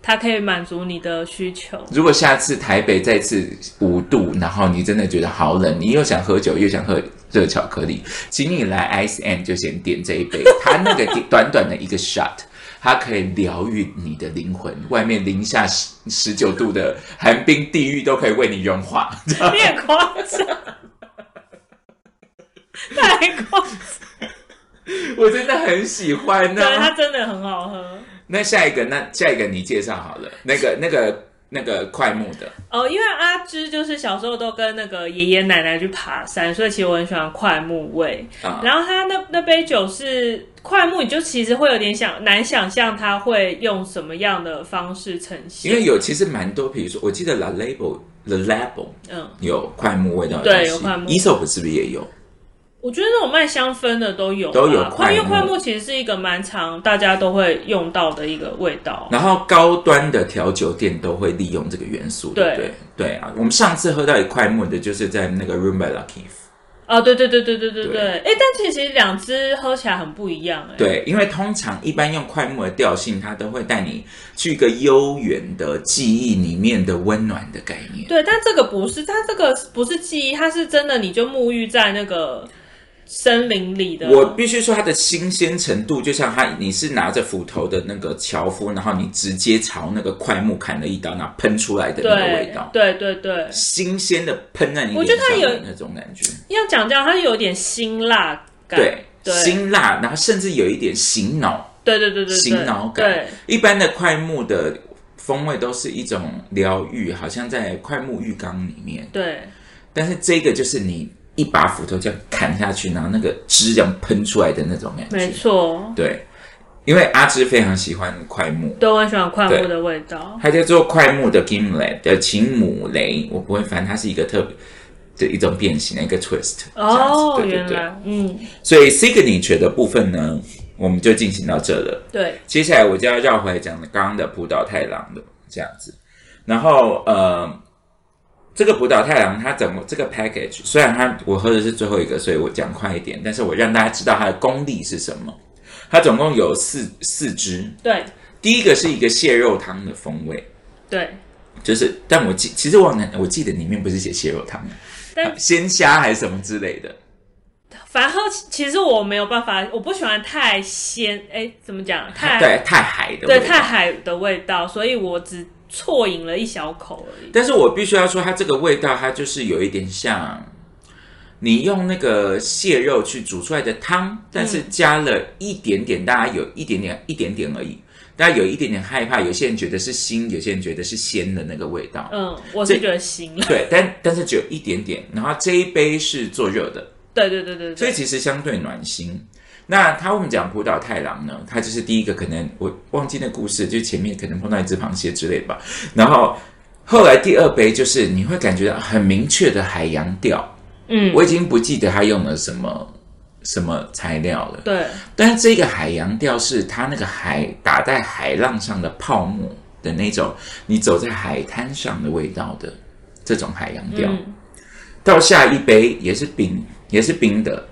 Speaker 4: 它可以满足你的 需求。
Speaker 3: 如果下次台北再次五度，然后你真的觉得好冷，你又想喝酒又想喝热巧克力，请你来 Ice N 就先点这一杯， 它那个短短的一个 shot。它可以疗愈你的灵魂，外面零下十十九度的寒冰地狱都可以为你融化。
Speaker 4: 你也夸张，太
Speaker 3: 啊
Speaker 4: 夸张。
Speaker 3: 我真的很喜欢呢、
Speaker 4: 对，它真的很好喝。
Speaker 3: 那下一个，那下一个你介绍好了，那个、那个、那个快木的，
Speaker 4: 哦，因为阿芝就是小时候都跟那个爷爷奶奶去爬山，所以其实我很喜欢快木味。
Speaker 3: 啊
Speaker 4: 然后他那那杯酒是快木，你就其实会有点想难想象他会用什么样的方式呈现。
Speaker 3: 因为有其实蛮多，比如说我记得 La Label、The Label，
Speaker 4: 嗯，
Speaker 3: 有快木味道的
Speaker 4: 对
Speaker 3: 东
Speaker 4: 有
Speaker 3: 西
Speaker 4: 快木
Speaker 3: 伊索普是不是也有？
Speaker 4: 我觉得那种卖香氛的都有吧，
Speaker 3: 都有快
Speaker 4: 快，因为
Speaker 3: 木
Speaker 4: 快木其实是一个蛮常大家都会用到的一个味道。
Speaker 3: 然后高端的调酒店都会利用这个元素，对
Speaker 4: 对
Speaker 3: 不对？对啊，我们上次喝到一块木的，就是在那个 Room by Lucky。
Speaker 4: 哦，对对对对对对对，
Speaker 3: 对
Speaker 4: 哎，但其实两只喝起来很不一样，哎，，
Speaker 3: 对，因为通常一般用快木的调性，它都会带你去一个悠远的记忆里面的温暖的概念。
Speaker 4: 对，但这个不是，它这个不是记忆，它是真的，你就沐浴在那个森林里的。
Speaker 3: 我必须说，它的新鲜程度，就像它，你是拿着斧头的那个樵夫，然后你直接朝那个快木砍了一刀，然后喷出来的那个味
Speaker 4: 对
Speaker 3: 道，
Speaker 4: 对对对，
Speaker 3: 新鲜的喷在你
Speaker 4: 我
Speaker 3: 脸
Speaker 4: 觉得它
Speaker 3: 上的
Speaker 4: 有
Speaker 3: 那种感觉。
Speaker 4: 要讲这样，它有点辛辣感，
Speaker 3: 对，
Speaker 4: 对
Speaker 3: 辛辣，然后甚至有一点醒脑、
Speaker 4: 对对对对对，
Speaker 3: 醒脑感
Speaker 4: 对。
Speaker 3: 一般的快木的风味都是一种疗愈，好像在快木浴缸里面，
Speaker 4: 对
Speaker 3: 但是这个就是你一把斧头这样砍下去，然后那个汁这样喷出来的那种感
Speaker 4: 没
Speaker 3: 觉。
Speaker 4: 错，
Speaker 3: 对，因为阿芝非常喜欢快木。
Speaker 4: 对我很喜欢快木的味道。
Speaker 3: 它叫做快木的 Gimlet 的琴母雷，我不会翻，它是一个特别的一种变形的一个 twist 这样子。
Speaker 4: 哦，
Speaker 3: 对对
Speaker 4: 原
Speaker 3: 对。
Speaker 4: 来，嗯，
Speaker 3: 所以 signature 的部分呢，我们就进行到这了。
Speaker 4: 对，
Speaker 3: 接下来我就要绕回来讲刚刚的浦岛太郎的这样子，然后呃，这个浦岛太郎它整个这个 package，虽然它我喝的是最后一个，所以我讲快一点，但是我让大家知道它的功力是什么。它总共有四四支，
Speaker 4: 对
Speaker 3: 第一个是一个蟹肉汤的风味，
Speaker 4: 对，
Speaker 3: 就是但我记其实我很我记得里面不是写蟹肉汤，啊
Speaker 4: 但
Speaker 3: 鲜虾还是什么之类的。
Speaker 4: 反后其实我没有办法，我不喜欢太鲜，哎，怎么讲？太
Speaker 3: 对太海的
Speaker 4: 对
Speaker 3: 味道
Speaker 4: 太海的味道，所以我只啜饮了一小口而已。
Speaker 3: 但是我必须要说，它这个味道，它就是有一点像你用那个蟹肉去煮出来的汤，但是加了一点点，大家有一点点，一点点而已。大家有一点点害怕，有些人觉得是腥，有些人觉得是鲜的那个味道。
Speaker 4: 嗯，我是
Speaker 3: 这
Speaker 4: 觉得行了。
Speaker 3: 对，但但是只有一点点。然后这一杯是做热的，
Speaker 4: 对对对对
Speaker 3: 所以
Speaker 4: 对，
Speaker 3: 其实相对暖心。那他我们讲浦岛太郎呢，他就是第一个可能我忘记那故事，就前面可能碰到一只螃蟹之类吧。然后后来第二杯就是你会感觉到很明确的海洋调，
Speaker 4: 嗯，
Speaker 3: 我已经不记得他用了什么什么材料了，
Speaker 4: 对嗯
Speaker 3: 但是这个海洋调是它那个海打在海浪上的泡沫的那种，你走在海滩上的味道的这种海洋调。
Speaker 4: 嗯
Speaker 3: 到下一杯也是冰，也是冰的，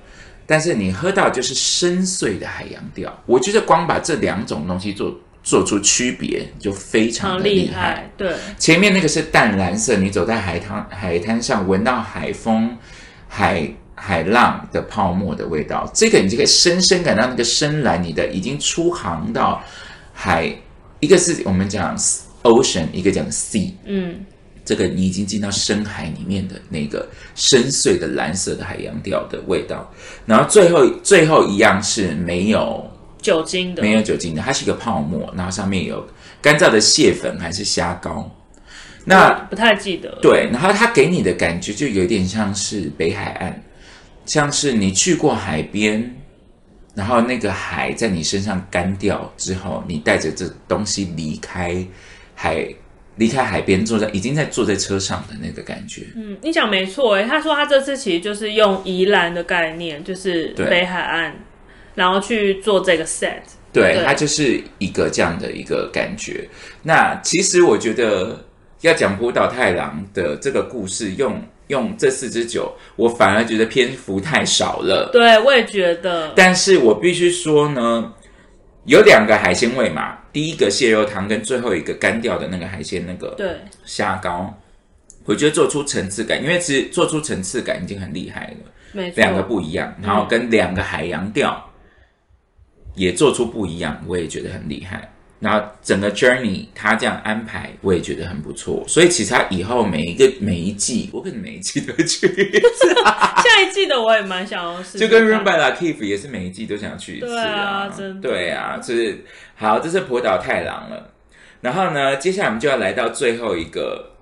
Speaker 3: 但是你喝到就是深邃的海洋调。我觉得光把这两种东西做做出区别就非常
Speaker 4: 常
Speaker 3: 的
Speaker 4: 厉
Speaker 3: 厉
Speaker 4: 害，对
Speaker 3: 前面那个是淡蓝色，你走在海滩海滩上，闻到海风、海海浪的泡沫的味道，这个你就可以深深感到那个深蓝，你的已经出航到海，一个是我们讲 ocean，一个讲 sea，
Speaker 4: 嗯，
Speaker 3: 这个你已经进到深海里面的那个深邃的蓝色的海洋调的味道，然后最后最后一样是没有
Speaker 4: 酒精的
Speaker 3: 没有酒精的，它是一个泡沫，然后上面有干燥的蟹粉还是虾膏。那
Speaker 4: 不太记得，
Speaker 3: 对，然后它给你的感觉就有点像是北海岸，像是你去过海边，然后那个海在你身上干掉之后，你带着这东西离开海，离开海边，坐在已经在坐在车上的那个感觉。
Speaker 4: 嗯，你讲没错诶，他说他这次其实就是用宜兰的概念，就是
Speaker 3: 对
Speaker 4: 北海岸，然后去做这个 set，
Speaker 3: 对
Speaker 4: 对，
Speaker 3: 它就是一个这样的一个感觉。那其实我觉得要讲浦岛太郎的这个故事，用用这四支酒，我反而觉得篇幅太少了。
Speaker 4: 对我也觉得，
Speaker 3: 但是我必须说呢，有两个海鲜味嘛，第一个蟹肉汤跟最后一个干掉的那个海鲜那个
Speaker 4: 对
Speaker 3: 虾膏，我觉得做出层次感，因为其实做出层次感已经很厉害了，
Speaker 4: 没错，嗯
Speaker 3: 两个不一样，然后跟两个海洋调也做出不一样，我也觉得很厉害。然后整个 journey 他这样安排，我也觉得很不错。所以其实他以后每一个每一季，我可能每一季都会去一次，
Speaker 4: 下一季的我也蛮想要试试
Speaker 3: 就
Speaker 4: 看，
Speaker 3: 跟 Roomba La Keef 也是每一季都想去一次
Speaker 4: 对啊真的
Speaker 3: 对啊，就是好，这是浦岛太郎了。然后呢，接下来我们就要来到最后一个，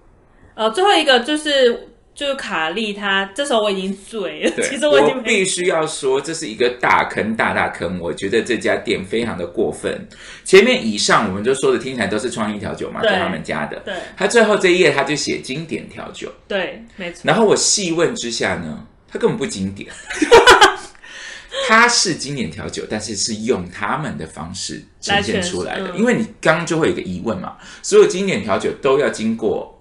Speaker 4: 呃，最后一个就是就是卡莉她，这时候我已经醉了，
Speaker 3: 对，
Speaker 4: 其实我已经
Speaker 3: 必
Speaker 4: 没
Speaker 3: 须要说，这是一个大坑，大大坑。我觉得这家店非常的过分。前面以上我们就说的听起来都是创意调酒嘛，
Speaker 4: 对
Speaker 3: 在他们家的。
Speaker 4: 对
Speaker 3: 他最后这一页他就写经典调酒，
Speaker 4: 对，没错，
Speaker 3: 然后我细问之下呢，它根本不经 典。它是经典调酒，但是是用他们的方式呈现出来
Speaker 4: 来
Speaker 3: 的。
Speaker 4: 诠释嗯
Speaker 3: 因为你刚刚就会有一个疑问嘛，所有经典调酒都要经过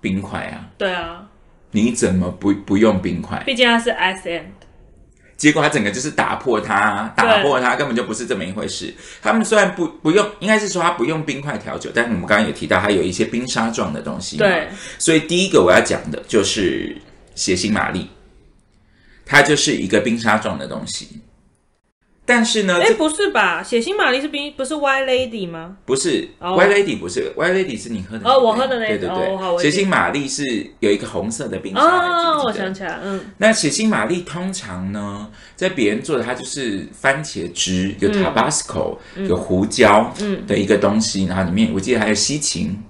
Speaker 3: 冰块啊，
Speaker 4: 对啊，
Speaker 3: 你怎么不不用冰块？
Speaker 4: 毕竟它是 S M，
Speaker 3: 嗯结果他整个就是打破它，
Speaker 4: 对
Speaker 3: 打破它根本就不是这么一回事。他们虽然不不用，应该是说他不用冰块调酒，但是我们刚刚也提到它有一些冰沙状的东西嘛。
Speaker 4: 对，
Speaker 3: 所以第一个我要讲的就是血腥玛丽，它就是一个冰沙状的东西。但是呢，
Speaker 4: 哎，
Speaker 3: 这
Speaker 4: 不是吧？血腥玛丽是冰，不是 Y Lady 吗？
Speaker 3: 不是、
Speaker 4: 哦
Speaker 3: White Lady，不是 White Lady 是你喝的那
Speaker 4: 哦
Speaker 3: 个
Speaker 4: 我喝的那
Speaker 3: 对
Speaker 4: 个
Speaker 3: 对
Speaker 4: 哦好我
Speaker 3: 对。血腥玛丽是有一个红色的冰沙，你
Speaker 4: 哦，
Speaker 3: 记不
Speaker 4: 我
Speaker 3: 记得
Speaker 4: 想起来，嗯，
Speaker 3: 那血腥玛丽通常呢，在别人做的，它就是番茄汁，有 Tabasco，、有胡椒的一个东西，然后里面我记得还有西芹。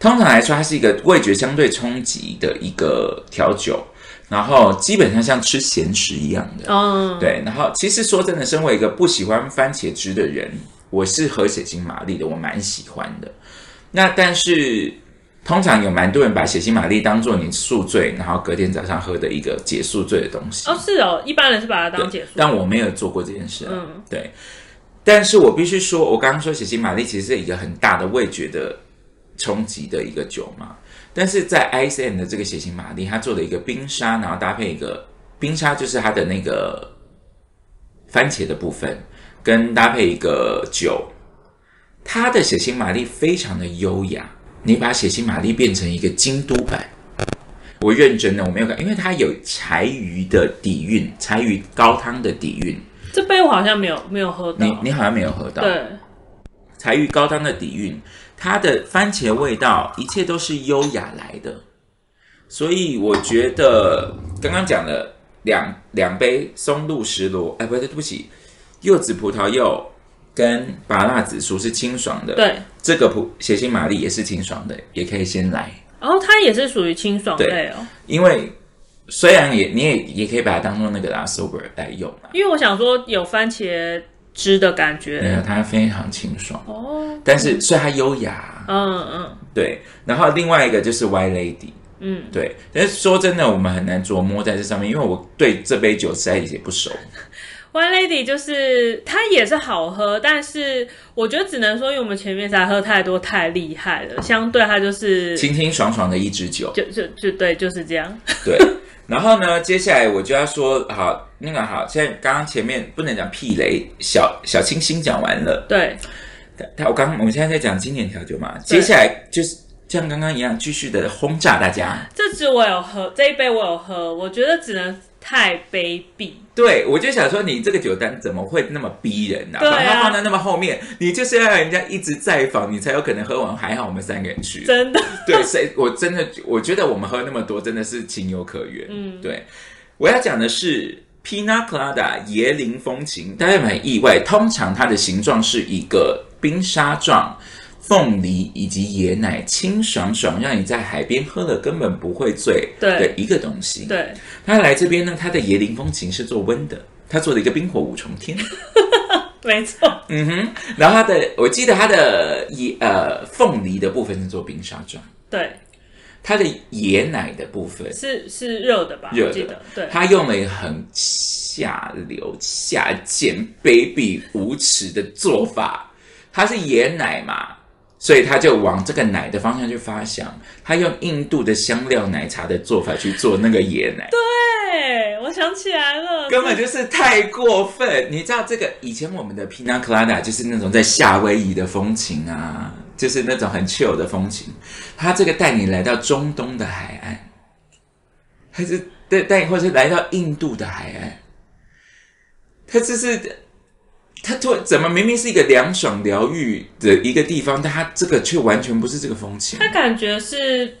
Speaker 3: 通常来说，它是一个味觉相对冲击的一个调酒，然后基本上像吃咸食一样的。
Speaker 4: 哦，
Speaker 3: 对，然后其实说真的，身为一个不喜欢番茄汁的人，我是喝血腥玛丽的，我蛮喜欢的。那但是通常有蛮多人把血腥玛丽当做你宿醉，然后隔天早上喝的一个解宿醉的东西。
Speaker 4: 哦是哦，一般人是把它
Speaker 3: 对
Speaker 4: 当解说，
Speaker 3: 但我没有做过这件事、啊。
Speaker 4: 嗯
Speaker 3: 对。但是我必须说，我刚刚说血腥玛丽其实是一个很大的味觉的冲击的一个酒嘛。但是在 Ice N 的这个血腥玛丽，它做了一个冰沙，然后搭配一个冰沙，就是它的那个番茄的部分，跟搭配一个酒。它的血腥玛丽非常的优雅，你把血腥玛丽变成一个京都版，我认真的，我没有改，因为它有柴鱼的底蕴，柴鱼高汤的底蕴。
Speaker 4: 这杯我好像没有没有喝到
Speaker 3: 你，你好像没有喝到，
Speaker 4: 对，
Speaker 3: 柴鱼高汤的底蕴，它的番茄味道，一切都是优雅来的。所以我觉得刚刚讲了两两杯松露石螺，哎，不对，对不起，柚子葡萄柚跟拔辣紫苏是清爽的，，
Speaker 4: 对，
Speaker 3: 这个葡血腥玛丽也是清爽的，也可以先来，
Speaker 4: 然后它也是属于清爽类哦，
Speaker 3: 因为虽然也你也也可以把它当做那个啦 sober 来用啊啦，
Speaker 4: 因为我想说有番茄汁的感
Speaker 3: 没有
Speaker 4: 觉，
Speaker 3: 它非常清爽，
Speaker 4: 哦，
Speaker 3: 但是所以它优雅，
Speaker 4: 嗯嗯
Speaker 3: 对，然后另外一个就是 Y Lady。
Speaker 4: 嗯，
Speaker 3: 对，但是说真的，我们很难琢磨在这上面，因为我对这杯酒实在也不熟。
Speaker 4: One Lady 就是它也是好喝，但是我觉得只能说，因为我们前面才喝太多太厉害了，相对它就是
Speaker 3: 清清爽爽的一支 酒，
Speaker 4: 就就就对，就是这样。
Speaker 3: 对。然后呢，接下来我就要说，好，那个好，现在刚刚前面不能讲屁雷，小小清新讲完了，
Speaker 4: 对，
Speaker 3: 他他我刚我们现在在讲经典调酒嘛，接下来就是像刚刚一样，继续的轰炸大家。
Speaker 4: 这支我有喝，这一杯我有喝，我觉得只能太卑鄙。
Speaker 3: 对，我就想说，你这个酒单怎么会那么逼人呢、
Speaker 4: 对啊
Speaker 3: 把它放在那么后面，你就是要让人家一直在访，你才有可能喝完。还好我们三个人去，
Speaker 4: 真的，
Speaker 3: 对，谁？我真的我觉得我们喝那么多真的是情有可原。嗯，对，我要讲的是 Pina Colada 椰林风情，大家有没有很意外？通常它的形状是一个冰沙状。凤梨以及椰奶，清爽爽，让你在海边喝了根本不会醉
Speaker 4: 对
Speaker 3: 的一个东西。
Speaker 4: 对，
Speaker 3: 它来这边呢，它的椰林风情是做温的，它做了一个冰火五重天。
Speaker 4: 没错，
Speaker 3: 嗯哼，然后它的，我记得它的椰呃凤梨的部分是做冰沙状。
Speaker 4: 对，
Speaker 3: 它的椰奶的部分，
Speaker 4: 是是热的吧？
Speaker 3: 热的
Speaker 4: 我记得，对，
Speaker 3: 它用了一个很下流、下贱、卑鄙、无耻的做法。它是椰奶嘛，所以它就往这个奶的方向去发想。它用印度的香料奶茶的做法去做那个椰奶，
Speaker 4: 对，我想起来 了，
Speaker 3: 根本就是太过分。你知道这个以前我们的 Pina Colada 就是那种在夏威夷的风情啊，就是那种很 chill 的风情。它这个带你来到中东的海岸，还是带带你或是来到印度的海岸，它就是它突然怎么明明是一个凉爽疗愈的一个地方，但它这个却完全不是这个风情。
Speaker 4: 他感觉是，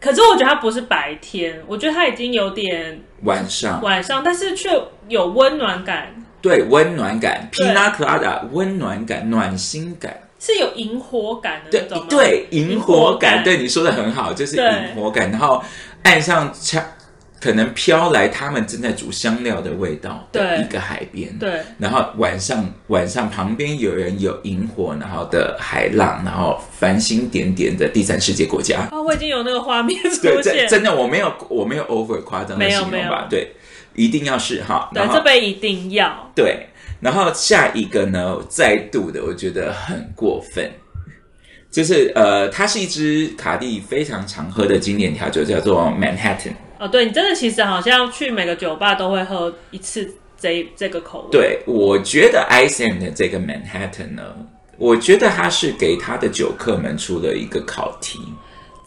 Speaker 4: 可是我觉得他不是白天，我觉得他已经有点
Speaker 3: 晚上
Speaker 4: 晚上，但是却有温暖感，
Speaker 3: 对温暖感
Speaker 4: 对
Speaker 3: ，Pina Colada 温暖感、暖心感。
Speaker 4: 是有萤火感的
Speaker 3: 对
Speaker 4: 那种吗？
Speaker 3: 对，萤火感，
Speaker 4: 感
Speaker 3: 对你说的很好，就是
Speaker 4: 对
Speaker 3: 萤火感。然后岸上飘，可能飘来他们正在煮香料的味道的
Speaker 4: 对
Speaker 3: 一个海边。，
Speaker 4: 对
Speaker 3: 然后晚上晚上旁边有人有萤火，然后的海浪，然后繁星点点的第三世界国家。
Speaker 4: 啊、我已经有那个画面
Speaker 3: 对，
Speaker 4: 出
Speaker 3: 真
Speaker 4: 现，
Speaker 3: 真的我没有我没有 over 夸张的
Speaker 4: 没
Speaker 3: 形
Speaker 4: 有
Speaker 3: 容
Speaker 4: 没有
Speaker 3: 吧？对，一定要是哈。
Speaker 4: 对
Speaker 3: 然后
Speaker 4: 这杯一定要，
Speaker 3: 对，然后下一个呢，再度的我觉得很过分，就是呃，它是一支卡地非常常喝的经典调酒，叫做 Manhattan。
Speaker 4: 哦，对你真的其实好像去每个酒吧都会喝一次这这个口味，
Speaker 3: 对，我觉得 Iceland 的这个 Manhattan 呢，我觉得它是给他的酒客们出了一个考题。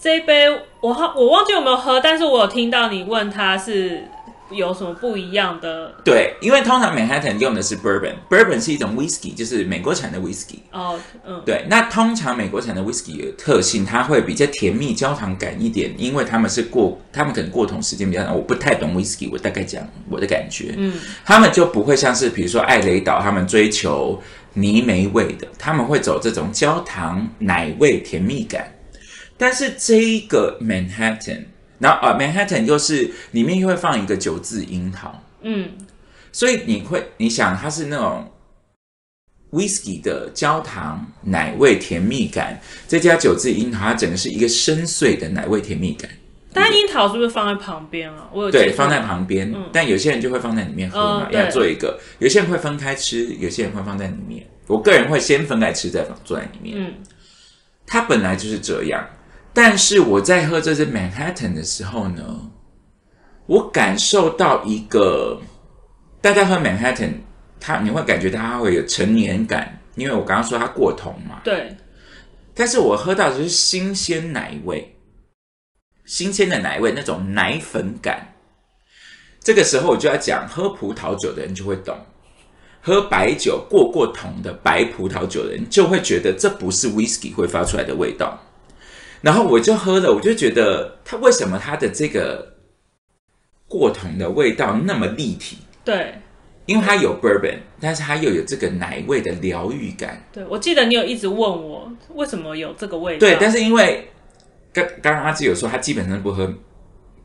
Speaker 4: 这一杯我好我忘记有没有喝，但是我有听到你问他是有什么不一样的
Speaker 3: 对，因为通常 Manhattan 用的是 bourbon，bourbon 是一种 whisky，就是美国产的 whisky。
Speaker 4: 哦，嗯，
Speaker 3: 对，那通常美国产的 whisky 有特性，它会比较甜蜜焦糖感一点，因为他们是过，他们可能过桶时间比较长。我不太懂 whisky，我大概讲我的感觉，嗯，他们就不会像是比如说艾雷岛，他们追求泥煤味的，他们会走这种焦糖奶味甜蜜感。但是这一个 Manhattan，然后啊、Manhattan 又是里面又会放一个九字樱桃，
Speaker 4: 嗯，
Speaker 3: 所以你会，你想它是那种 whisky 的焦糖奶味甜蜜感，再加九字樱桃，它整个是一个深邃的奶味甜蜜感。
Speaker 4: 但樱桃是不是放在旁边啊？我有
Speaker 3: 对，
Speaker 4: 记错
Speaker 3: 放在旁边，但有些人就会放在里面喝嘛，
Speaker 4: 嗯对
Speaker 3: 要做一个。有些人会分开吃，有些人会放在里面。我个人会先分开吃，再放坐在里面。
Speaker 4: 嗯，
Speaker 3: 它本来就是这样。但是我在喝这支 Manhattan 的时候呢，我感受到一个，大家喝 Manhattan，它你会感觉到它会有成年感，因为我刚刚说它过桶嘛。
Speaker 4: 对，
Speaker 3: 但是我喝到的是新鲜奶味，新鲜的奶味那种奶粉感。这个时候我就要讲，喝葡萄酒的人就会懂，喝白酒过过桶的白葡萄酒的人就会觉得这不是 whisky 会发出来的味道。然后我就喝了，我就觉得它为什么它的这个过桶的味道那么立体？
Speaker 4: 对，
Speaker 3: 因为它有 bourbon，但是它又有这个奶味的疗愈感。
Speaker 4: 对。我记得你有一直问我为什么有这个味道，
Speaker 3: 对，但是因为刚刚刚阿志有说，他基本上不喝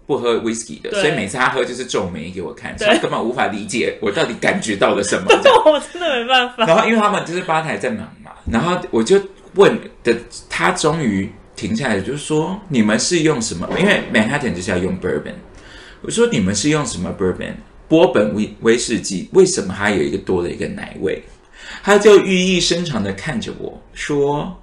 Speaker 3: 不喝 whisky 的，
Speaker 4: 对
Speaker 3: 所以每次他喝就是皱眉给我看，
Speaker 4: 对
Speaker 3: 所以他根本无法理解我到底感觉到了 什么。这样
Speaker 4: 我真的没办 法。
Speaker 3: 然后因为他们就是吧台在忙嘛，然后我就问的他终于停下来，就是说你们是用什么？因为 Manhattan 就是要用 bourbon，我说你们是用什么 bourbon？波本威威士忌为什么它有一个多了一个奶味？他就寓意深长的看着我说：“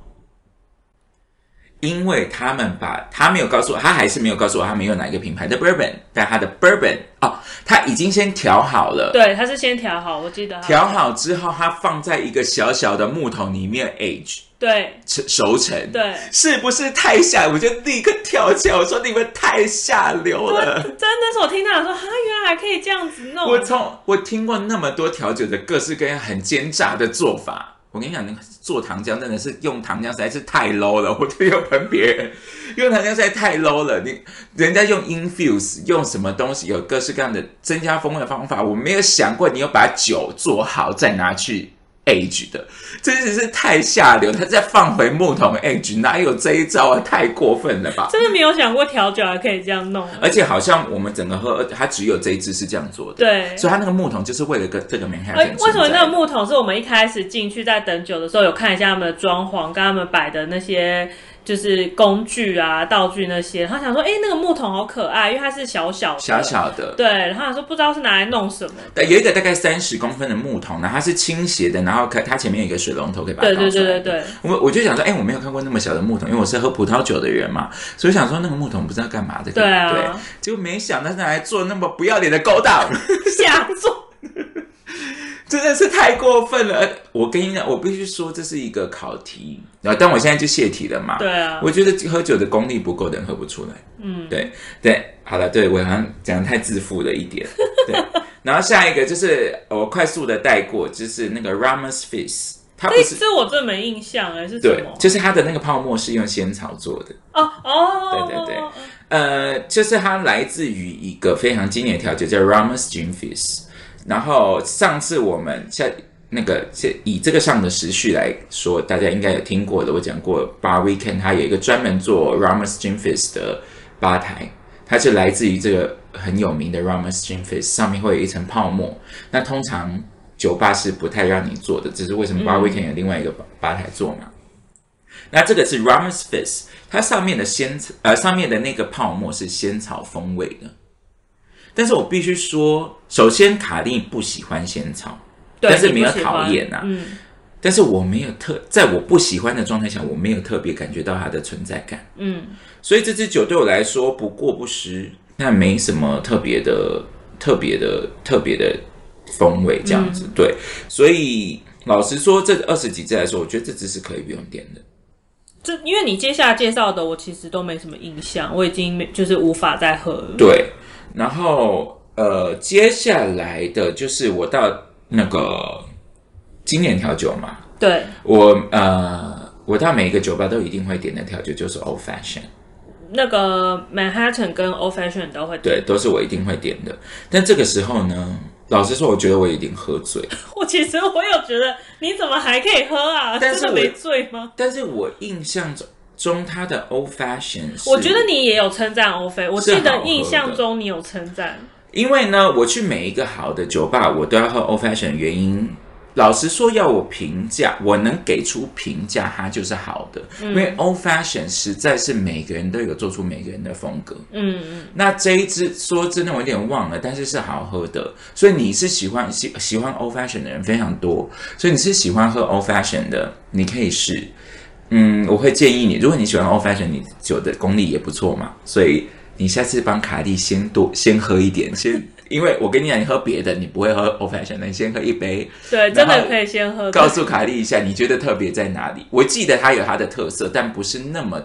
Speaker 3: 因为他们把他没有告诉我，他还是没有告诉我他们用哪一个品牌的 bourbon，但他的 bourbon 哦，他已经先调好了，
Speaker 4: 对，它是先调好，我记得它
Speaker 3: 调好之后，它放在一个小小的木桶里面 age
Speaker 4: 对
Speaker 3: 成熟成，
Speaker 4: 对，
Speaker 3: 是不是太下？我就立刻跳起来，我说你们太下流
Speaker 4: 我
Speaker 3: 了。
Speaker 4: 真的是我听到说，哈，原来还可以这样子弄，
Speaker 3: 我从我听过那么多调酒的各式各样很奸诈的做法，我跟你讲，那个做糖浆真的是用糖浆实在是太 low 了， 我都要喷别人，用糖浆实在太 low 了。你人家用 infuse 用什么东西，有各式各样的增加风味的方法，我没有想过你要把酒做好再拿去 age 的，真是是太下流。他再放回木桶 age，哪有这一招啊？太过分了吧！
Speaker 4: 真的没有想过调酒还可以这样弄。
Speaker 3: 而且好像我们整个喝，它只有这一支是这样做的。
Speaker 4: 对，
Speaker 3: 所以它那个木桶就是为了个这个 Manhattan
Speaker 4: 哎，为什么
Speaker 3: 存在
Speaker 4: 那个木桶是我们一开始进去在等酒的时候有看一下他们的装潢，跟他们摆的那些就是工具啊、道具那些，然后想说，哎、那个木桶好可爱，因为它是小小的，
Speaker 3: 小小的，
Speaker 4: 对，然后想说不知道是拿来弄什么，
Speaker 3: 对，有一个大概三十公分的木桶，然后它是倾斜的，然后可它前面有一个水龙头可以把它
Speaker 4: 对
Speaker 3: 倒
Speaker 4: 对
Speaker 3: 出来。
Speaker 4: 对对对，
Speaker 3: 我我就想说，哎、我没有看过那么小的木桶，因为我是喝葡萄酒的人嘛，所以我想说那个木桶不知道干嘛的。
Speaker 4: 对啊
Speaker 3: 结果没想到是拿来做那么不要脸的勾当，啊
Speaker 4: 下作，
Speaker 3: 真的是太过分了。我跟你讲，我必须说这是一个考题，然后但我现在就泄题了嘛。
Speaker 4: 嗯对啊，
Speaker 3: 我觉得喝酒的功力不够的人喝不出来。嗯，对对，好了，对我好像讲得太自负了一点。 对，然后下一个就是我快速的带过，就是那个 Ramos Fizz，它不
Speaker 4: 哎这
Speaker 3: 是
Speaker 4: 这我真没印象哎，是什
Speaker 3: 对
Speaker 4: 么，？
Speaker 3: 就是它的那个泡沫是用仙草做的。
Speaker 4: 哦哦，
Speaker 3: 对对对呃，就是它来自于一个非常经典的调酒叫 Ramos Gin Fizz。然后上次我们下那个这以这个上的时序来说，大家应该有听过的，我讲过 Bar Weekend 它有一个专门做 Ramos Gin Fizz 的吧台，它是来自于这个很有名的 Ramos Gin Fizz，上面会有一层泡沫。那通常酒吧是不太让你做的，这是为什么 Bar Weekend 有另外一个吧吧台做嘛。那这个是 Ramos Fizz，它上面的仙草呃上面的那个泡沫是仙草风味的，但是我必须说，首先卡莉不喜欢仙草，
Speaker 4: 对
Speaker 3: 但是没有
Speaker 4: 你不喜欢
Speaker 3: 讨厌啊
Speaker 4: 嗯
Speaker 3: 但是我没有特在我不喜欢的状态下，我没有特别感觉到它的存在感，
Speaker 4: 嗯，
Speaker 3: 所以这支酒对我来说不过不失，那没什么特别的、特别的、特别的风味这样
Speaker 4: 嗯
Speaker 3: 子。对，所以老实说，这二十几支来说，我觉得这支是可以不用点的。
Speaker 4: 这因为你接下来介绍的我其实都没什么印象，我已经没就是无法再喝了。
Speaker 3: 对，然后呃，接下来的就是我到那个经典调酒嘛，
Speaker 4: 对，
Speaker 3: 我呃，我到每一个酒吧都一定会点的调酒就是 Old Fashion，
Speaker 4: 那个 Manhattan 跟 Old Fashion 都会
Speaker 3: 对，都是我一定会点的。但这个时候呢，老实说，我觉得我已经喝醉了，
Speaker 4: 我其实我有觉得，你怎么还可以喝啊？
Speaker 3: 但是
Speaker 4: 真的
Speaker 3: 我
Speaker 4: 没醉吗？
Speaker 3: 但是我印象中中它的 Old Fashion，是
Speaker 4: 我觉得你也有称赞欧菲，我记
Speaker 3: 是好
Speaker 4: 得
Speaker 3: 喝的
Speaker 4: 印象中你有称赞。
Speaker 3: 因为呢，我去每一个好的酒吧，我都要喝 old fashion，的原因老实说，要我评价，我能给出评价，它就是好的。因为 old fashion 实在是每个人都有做出每个人的风格。
Speaker 4: 嗯，
Speaker 3: 那这一支说真的，我有点忘了，但是是好喝的。所以你是喜欢喜喜欢 old fashion 的人非常多，所以你是喜欢喝 old fashion 的，你可以试。嗯，我会建议你，如果你喜欢 old fashion，你酒的功力也不错嘛，所以你下次帮卡莉先多先喝一点，先，因为我跟你讲，你喝别的你不会喝 old fashion 的，你先喝一杯，
Speaker 4: 对，真
Speaker 3: 然
Speaker 4: 的
Speaker 3: 后
Speaker 4: 可以先喝。
Speaker 3: 告诉卡莉一下你觉得特别在哪里。我记得它有它的特色，但不是那么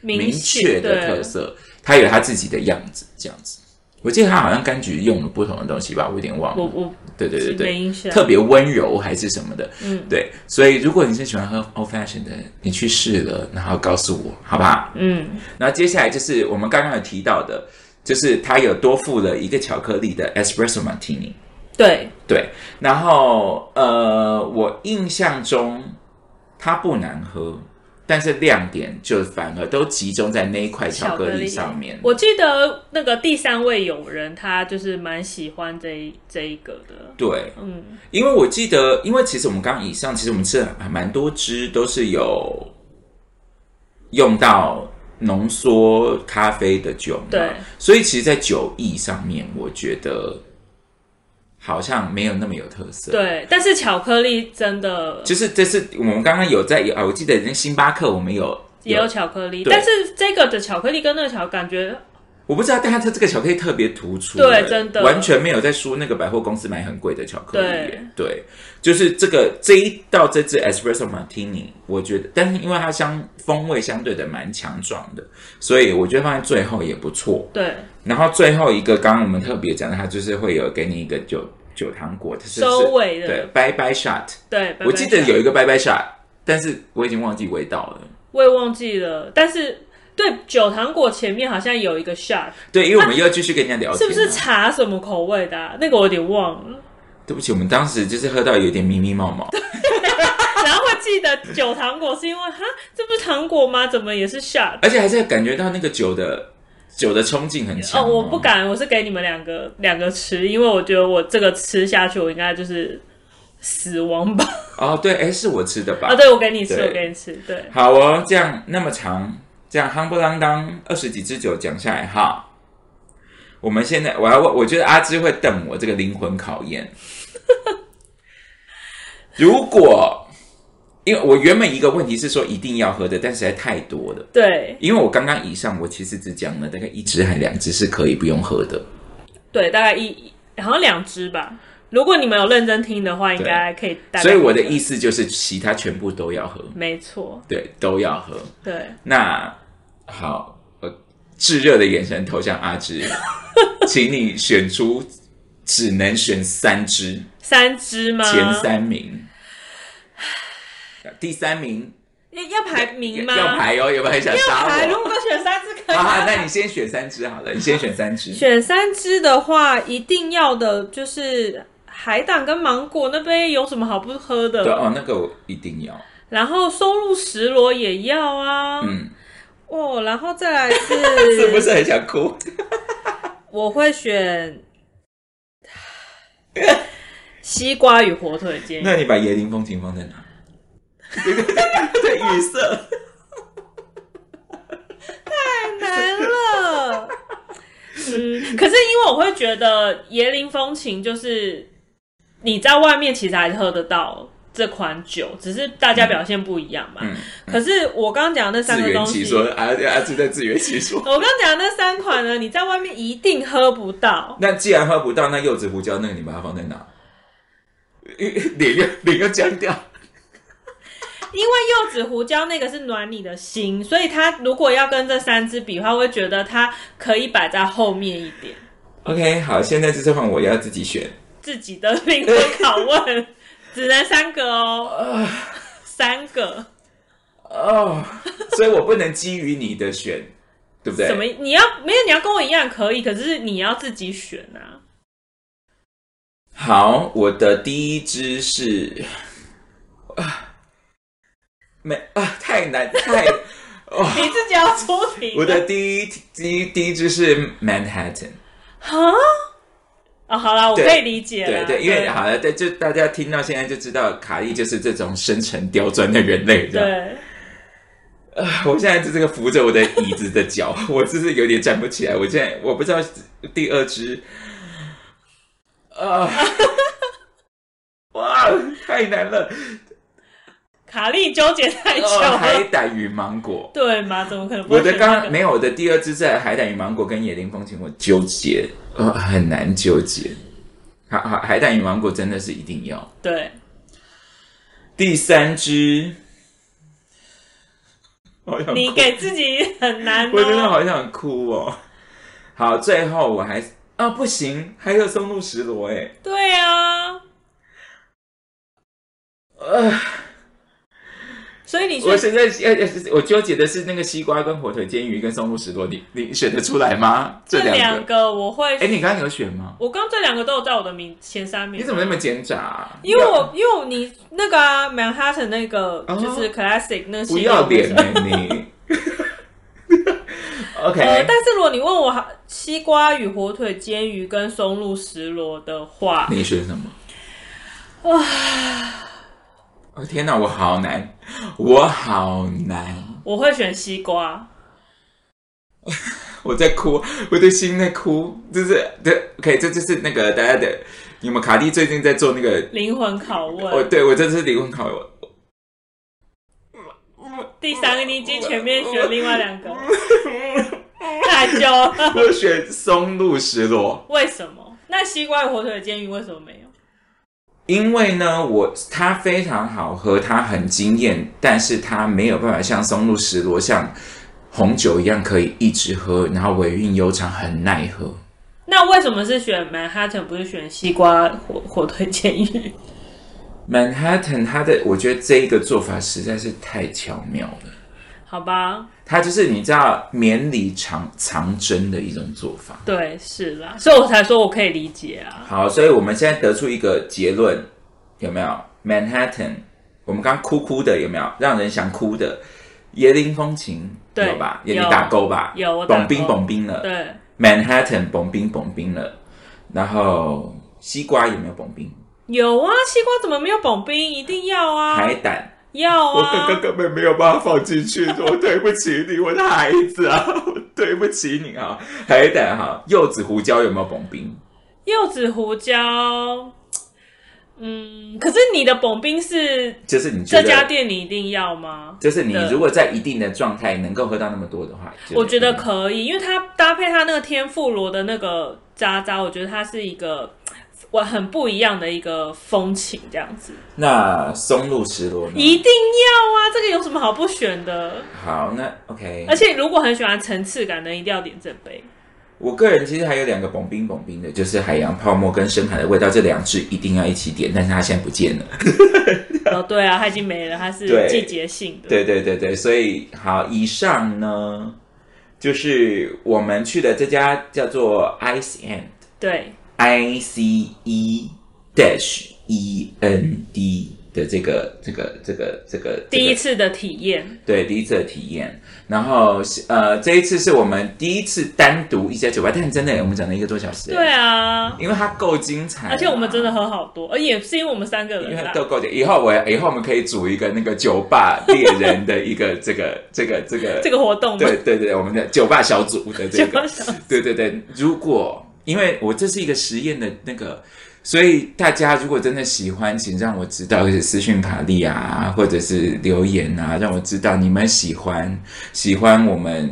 Speaker 3: 明
Speaker 4: 明
Speaker 3: 确的特
Speaker 4: 对
Speaker 3: 色，它有它自己的样子，这样子。我记得它好像柑橘用了不同的东西吧，我有点忘
Speaker 4: 我
Speaker 3: 了。
Speaker 4: 我
Speaker 3: 对对对
Speaker 4: 没印象
Speaker 3: 对，特别温柔还是什么的，
Speaker 4: 嗯
Speaker 3: 对。所以如果你是喜欢喝 old fashion 的，你去试了，然后告诉我，好不好？
Speaker 4: 嗯
Speaker 3: 然后接下来就是我们刚刚有提到的，就是它有多附了一个巧克力的 espresso martini，
Speaker 4: 对，
Speaker 3: 对。然后呃，我印象中它不难喝，但是亮点就反而都集中在那一块巧克力上面。
Speaker 4: 我记得那个第三位友人，他就是蛮喜欢这一这一个的。
Speaker 3: 对，
Speaker 4: 嗯，
Speaker 3: 因为我记得，因为其实我们刚刚以上，其实我们吃了还蛮多支都是有用到浓缩咖啡的酒嘛，
Speaker 4: 对
Speaker 3: 所以其实，在酒意上面，我觉得好像没有那么有特色。，
Speaker 4: 对，但是巧克力真的
Speaker 3: 就是这是我们刚刚有在啊，我记得那星巴克我们有
Speaker 4: 也有巧克力，
Speaker 3: 对
Speaker 4: 但是这个的巧克力跟那个巧感觉
Speaker 3: 我不知道，但它这个巧克力特别突出，
Speaker 4: 对
Speaker 3: 欸
Speaker 4: 真的
Speaker 3: 完全没有在输那个百货公司买很贵的巧克力
Speaker 4: 对
Speaker 3: 欸。对，就是这个这一道这支 espresso martini，我觉得，但是因为它相风味相对的蛮强壮的，所以我觉得放在最后也不错。
Speaker 4: 对
Speaker 3: 然后最后一个，刚刚我们特别讲的，它就是会有给你一个酒酒糖果，它是
Speaker 4: 收尾
Speaker 3: 对
Speaker 4: 的，
Speaker 3: bye bye shot，
Speaker 4: 对，
Speaker 3: 我记得有一个 bye bye shot，但是我已经忘记味道了。
Speaker 4: 我也忘记了，但是对九糖果前面好像有一个 shot，
Speaker 3: 对，因为我们又要继续跟人家聊天、啊，
Speaker 4: 是不是茶什么口味的啊、那个我有点忘了，
Speaker 3: 对不起，我们当时就是喝到有点迷迷冒冒。
Speaker 4: 然后会记得九糖果是因为哈，这不是糖果吗？怎么也是 shot？
Speaker 3: 而且还是感觉到那个酒的酒的冲劲很强、
Speaker 4: 哦，我不。敢，我是给你们两个两个吃，因为我觉得我这个吃下去，我应该就是死亡吧。
Speaker 3: 哦，对，哎，是我吃的吧？
Speaker 4: 啊，对，我给你吃，
Speaker 3: 对
Speaker 4: 我给你吃，对，
Speaker 3: 好哦，这样那么长，这样夯不啷当二十几支酒讲下来哈。我们现在，我要问，我觉得阿芝会等我这个灵魂考 验。如果，因为我原本一个问题是说一定要喝的，但实在太多了。
Speaker 4: 对，
Speaker 3: 因为我刚刚以上，我其实只讲了大概一支还两支是可以不用喝的。
Speaker 4: 对，大概一好像两只吧。如果你们有认真听的话，应该可以大概。
Speaker 3: 所以我的意
Speaker 4: 思，
Speaker 3: 思就是，其他全部都要喝，
Speaker 4: 没错，
Speaker 3: 对，都要喝。
Speaker 4: 对，
Speaker 3: 那好，呃，炙热的眼神投向阿 芝，请你选出只能选三支，
Speaker 4: 三只吗？
Speaker 3: 前三名。第三名
Speaker 4: 要要排名吗？
Speaker 3: 要要排哦，有没有很想杀
Speaker 4: 排如
Speaker 3: 我？
Speaker 4: 果选三只可以
Speaker 3: 好
Speaker 4: 吗
Speaker 3: 好，那你先选三支好了，你先选三 支。
Speaker 4: 选三支的话，一定要的就是海胆跟芒果那杯有什么好不喝
Speaker 3: 对
Speaker 4: 的？
Speaker 3: 哦，那个我一定要。
Speaker 4: 然后松露石螺也要啊，
Speaker 3: 嗯，
Speaker 4: 哦，然后再来
Speaker 3: 是不
Speaker 4: 是
Speaker 3: 是很想哭？
Speaker 4: 我会选西瓜与火腿煎
Speaker 3: 那你把椰林风情放在 哪？对对对，语塞。
Speaker 4: 难了。嗯，可是因为我会觉得椰林风情就是你在外面其实还是喝得到这款酒，只是大家表现不一样嘛。
Speaker 3: 嗯
Speaker 4: 可是我刚刚讲的那三
Speaker 3: 自
Speaker 4: 个
Speaker 3: 圆
Speaker 4: 东
Speaker 3: 其
Speaker 4: 西，
Speaker 3: 说，阿阿志在自圆其说。
Speaker 4: 我刚刚讲的那三款呢，你在外面一定喝不到。
Speaker 3: 那既然喝不到，那柚子胡椒那个你把它放在哪？ 脸又脸又僵掉。
Speaker 4: 因为柚子胡椒那个是暖你的心，所以它如果要跟这三支比的话，我会觉得它可以摆在后面一点。
Speaker 3: OK，好，现在就是换我要自己选。
Speaker 4: 自己的灵魂拷问，只能三个哦， 三个
Speaker 3: 哦，所以我不能基于你的 选，对不对？
Speaker 4: 什么？你要没有？你要跟我一样可以，可是你要自己选啊。
Speaker 3: 好，我的第一支是 啊，没啊，太 难太。哦，
Speaker 4: 你自己要出题
Speaker 3: 我的第一第一第一支是 Manhattan。
Speaker 4: 啊？哦，好啦，我
Speaker 3: 对
Speaker 4: 可以理解
Speaker 3: 对
Speaker 4: 了。
Speaker 3: 对，因为好了，对，就大家听到现在就知道，卡莉就是这种深沉刁钻的人类。这样
Speaker 4: 对，
Speaker 3: 我现在就这个扶着我的椅子的脚， 我真是有点站不起来。我现在我不知道第二只，啊、哇，太难了。
Speaker 4: 卡莉纠结太久
Speaker 3: 哦，海
Speaker 4: 了，
Speaker 3: 胆与芒果。
Speaker 4: 对吗？怎么可能不
Speaker 3: 我
Speaker 4: 会
Speaker 3: 的
Speaker 4: 选那个
Speaker 3: 刚没有，我的第二支在海胆与芒果跟野林风情，我纠结，呃，很难纠结。海海海胆与芒果真的是一定要。
Speaker 4: 对，
Speaker 3: 第三 支，好想哭
Speaker 4: 你给自己很 难、哦。
Speaker 3: 我真的好想哭哦。好，最后我还啊不行，还有松露石螺哎，
Speaker 4: 对啊，
Speaker 3: 呃，
Speaker 4: 所以你
Speaker 3: 我
Speaker 4: 去
Speaker 3: 现在呃呃我纠结的是那个西瓜跟火腿煎鱼跟松露石螺，你你选得出来吗？这
Speaker 4: 这
Speaker 3: 两
Speaker 4: 两
Speaker 3: 个？
Speaker 4: 个，我会，
Speaker 3: 哎，你刚刚有选吗？
Speaker 4: 我刚这两个都有在我的名前三名。
Speaker 3: 你怎么那么奸诈啊？
Speaker 4: 因为我因为我你那个啊，Manhattan 那个
Speaker 3: 哦
Speaker 4: 就是 classic 那个系
Speaker 3: 不
Speaker 4: 列
Speaker 3: 要脸
Speaker 4: 我
Speaker 3: 呢
Speaker 4: 是
Speaker 3: 你。OK，
Speaker 4: 呃，但是如果你问我西瓜与火腿煎鱼跟松露石螺的话，
Speaker 3: 你选什么？
Speaker 4: 啊
Speaker 3: 哇！哦天哪，我好难，我好难。
Speaker 4: 我会选西瓜。
Speaker 3: 我在哭，我的心在哭，就是对，OK，这就是那个大家的，你们卡蒂最近在做那个，
Speaker 4: 灵魂拷
Speaker 3: 我
Speaker 4: 问，
Speaker 3: 对我这次离婚考我，
Speaker 4: 第三个你已经前面选另外两 个，太久了，
Speaker 3: 我选松露石螺，
Speaker 4: 为什么？那西瓜与火腿煎鱼为什么没有？
Speaker 3: 因为呢，我它非常好喝，它很惊艳，但是它没有办法像松露石螺像红酒一样可以一直喝，然后尾韵悠长，很耐喝。
Speaker 4: 那为什么是选 Manhattan 不是选西瓜火火腿煎鱼？
Speaker 3: Manhattan 它的，我觉得这一个做法实在是太巧妙了。
Speaker 4: 好吧，
Speaker 3: 它就是你知道绵里藏藏针的一种做法。
Speaker 4: 对，是啦，所以我才说我可以理解啊。
Speaker 3: 好，所以我们现在得出一个结论，有没有？Manhattan，我们刚哭哭的有没有？让人想哭的，椰林风情
Speaker 4: 对
Speaker 3: 有吧？
Speaker 4: 有
Speaker 3: 也你打勾吧？
Speaker 4: 有我打勾
Speaker 3: 蹦冰蹦冰了
Speaker 4: 对，
Speaker 3: ，Manhattan 蹦冰蹦冰了，然后西瓜有没有蹦冰？
Speaker 4: 有啊，西瓜怎么没有蹦冰？一定要啊
Speaker 3: 海，胆，
Speaker 4: 要
Speaker 3: 我刚刚
Speaker 4: 啊。
Speaker 3: 根本没有办法放进去，我 对不起你，我的孩子啊， 我对不起你啊，海胆哈，柚子胡椒有没有蹦冰？
Speaker 4: 柚子胡椒，嗯，可是你的蹦冰是
Speaker 3: 就是你觉
Speaker 4: 这
Speaker 3: 得
Speaker 4: 家店你一定要吗？
Speaker 3: 就是你
Speaker 4: 对
Speaker 3: 如果在一定的状态能够喝到那么多的话，就是
Speaker 4: 我觉得可以，因为它搭配它那个天妇罗的那个渣渣，我觉得它是一个我很不一样的一个风情，这样子
Speaker 3: 那松露石螺
Speaker 4: 一
Speaker 3: 呢？
Speaker 4: 定要啊！这个有什么好不选
Speaker 3: 嗯
Speaker 4: 的？
Speaker 3: 好，那 OK
Speaker 4: 而。且如果很喜欢层次感的，一定要点这杯。
Speaker 3: 我个人其实还有两个蹦冰蹦冰的，就是海洋泡沫跟深海的味道这两支一定要一起点，但是它现在不见了。
Speaker 4: 哦，对啊，它已经没了，它是
Speaker 3: 对
Speaker 4: 季节性的。
Speaker 3: 对对对对，所以好，以上呢就是我们去的这家叫做 Ice End。
Speaker 4: 对
Speaker 3: I C E dash E N D 的这个这个这个这个这
Speaker 4: 第
Speaker 3: 个
Speaker 4: 一次的体验，
Speaker 3: 对第一次的体验。然后呃，这一次是我们第一次单独一家酒吧，但真的我们讲了一个多小时，
Speaker 4: 对，啊，
Speaker 3: 因为它够精彩，啊
Speaker 4: 而且我们真的。喝好多，而也是因为我们三个
Speaker 3: 因为
Speaker 4: 人
Speaker 3: 它
Speaker 4: 啦。
Speaker 3: 都够精，以后我以后我们可以组一个那个酒吧猎人的一个这个这个这个
Speaker 4: 这个活动嘛，
Speaker 3: 对对对，我们的酒吧小组的这
Speaker 4: 酒吧
Speaker 3: 个
Speaker 4: 小组，
Speaker 3: 对对对，如果因为我这是一个实验的那个，所以大家如果真的喜欢，请让我知道，或者私讯卡利啊，或者是留言啊，让我知道你们喜欢喜欢我们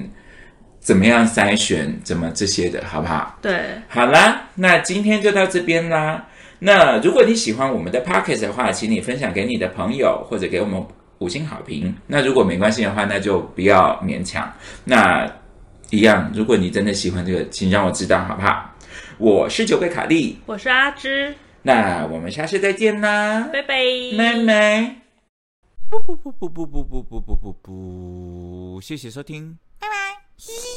Speaker 3: 怎么样筛选，怎么这些的，好不好？
Speaker 4: 对，
Speaker 3: 好啦，那今天就到这边啦。那如果你喜欢我们的 podcast 的话，请你分享给你的朋友，或者给我们五星好评。那如果没关系的话，那就不要勉强。那一样，如果你真的喜欢这个，请让我知道好不好？我是酒鬼卡莉，
Speaker 4: 我是阿芝，
Speaker 3: 那我们下次再见啦，
Speaker 4: 拜拜，
Speaker 3: 拜拜。
Speaker 2: 不不不不不不不不不不不，谢谢收听，拜拜，嘻嘻。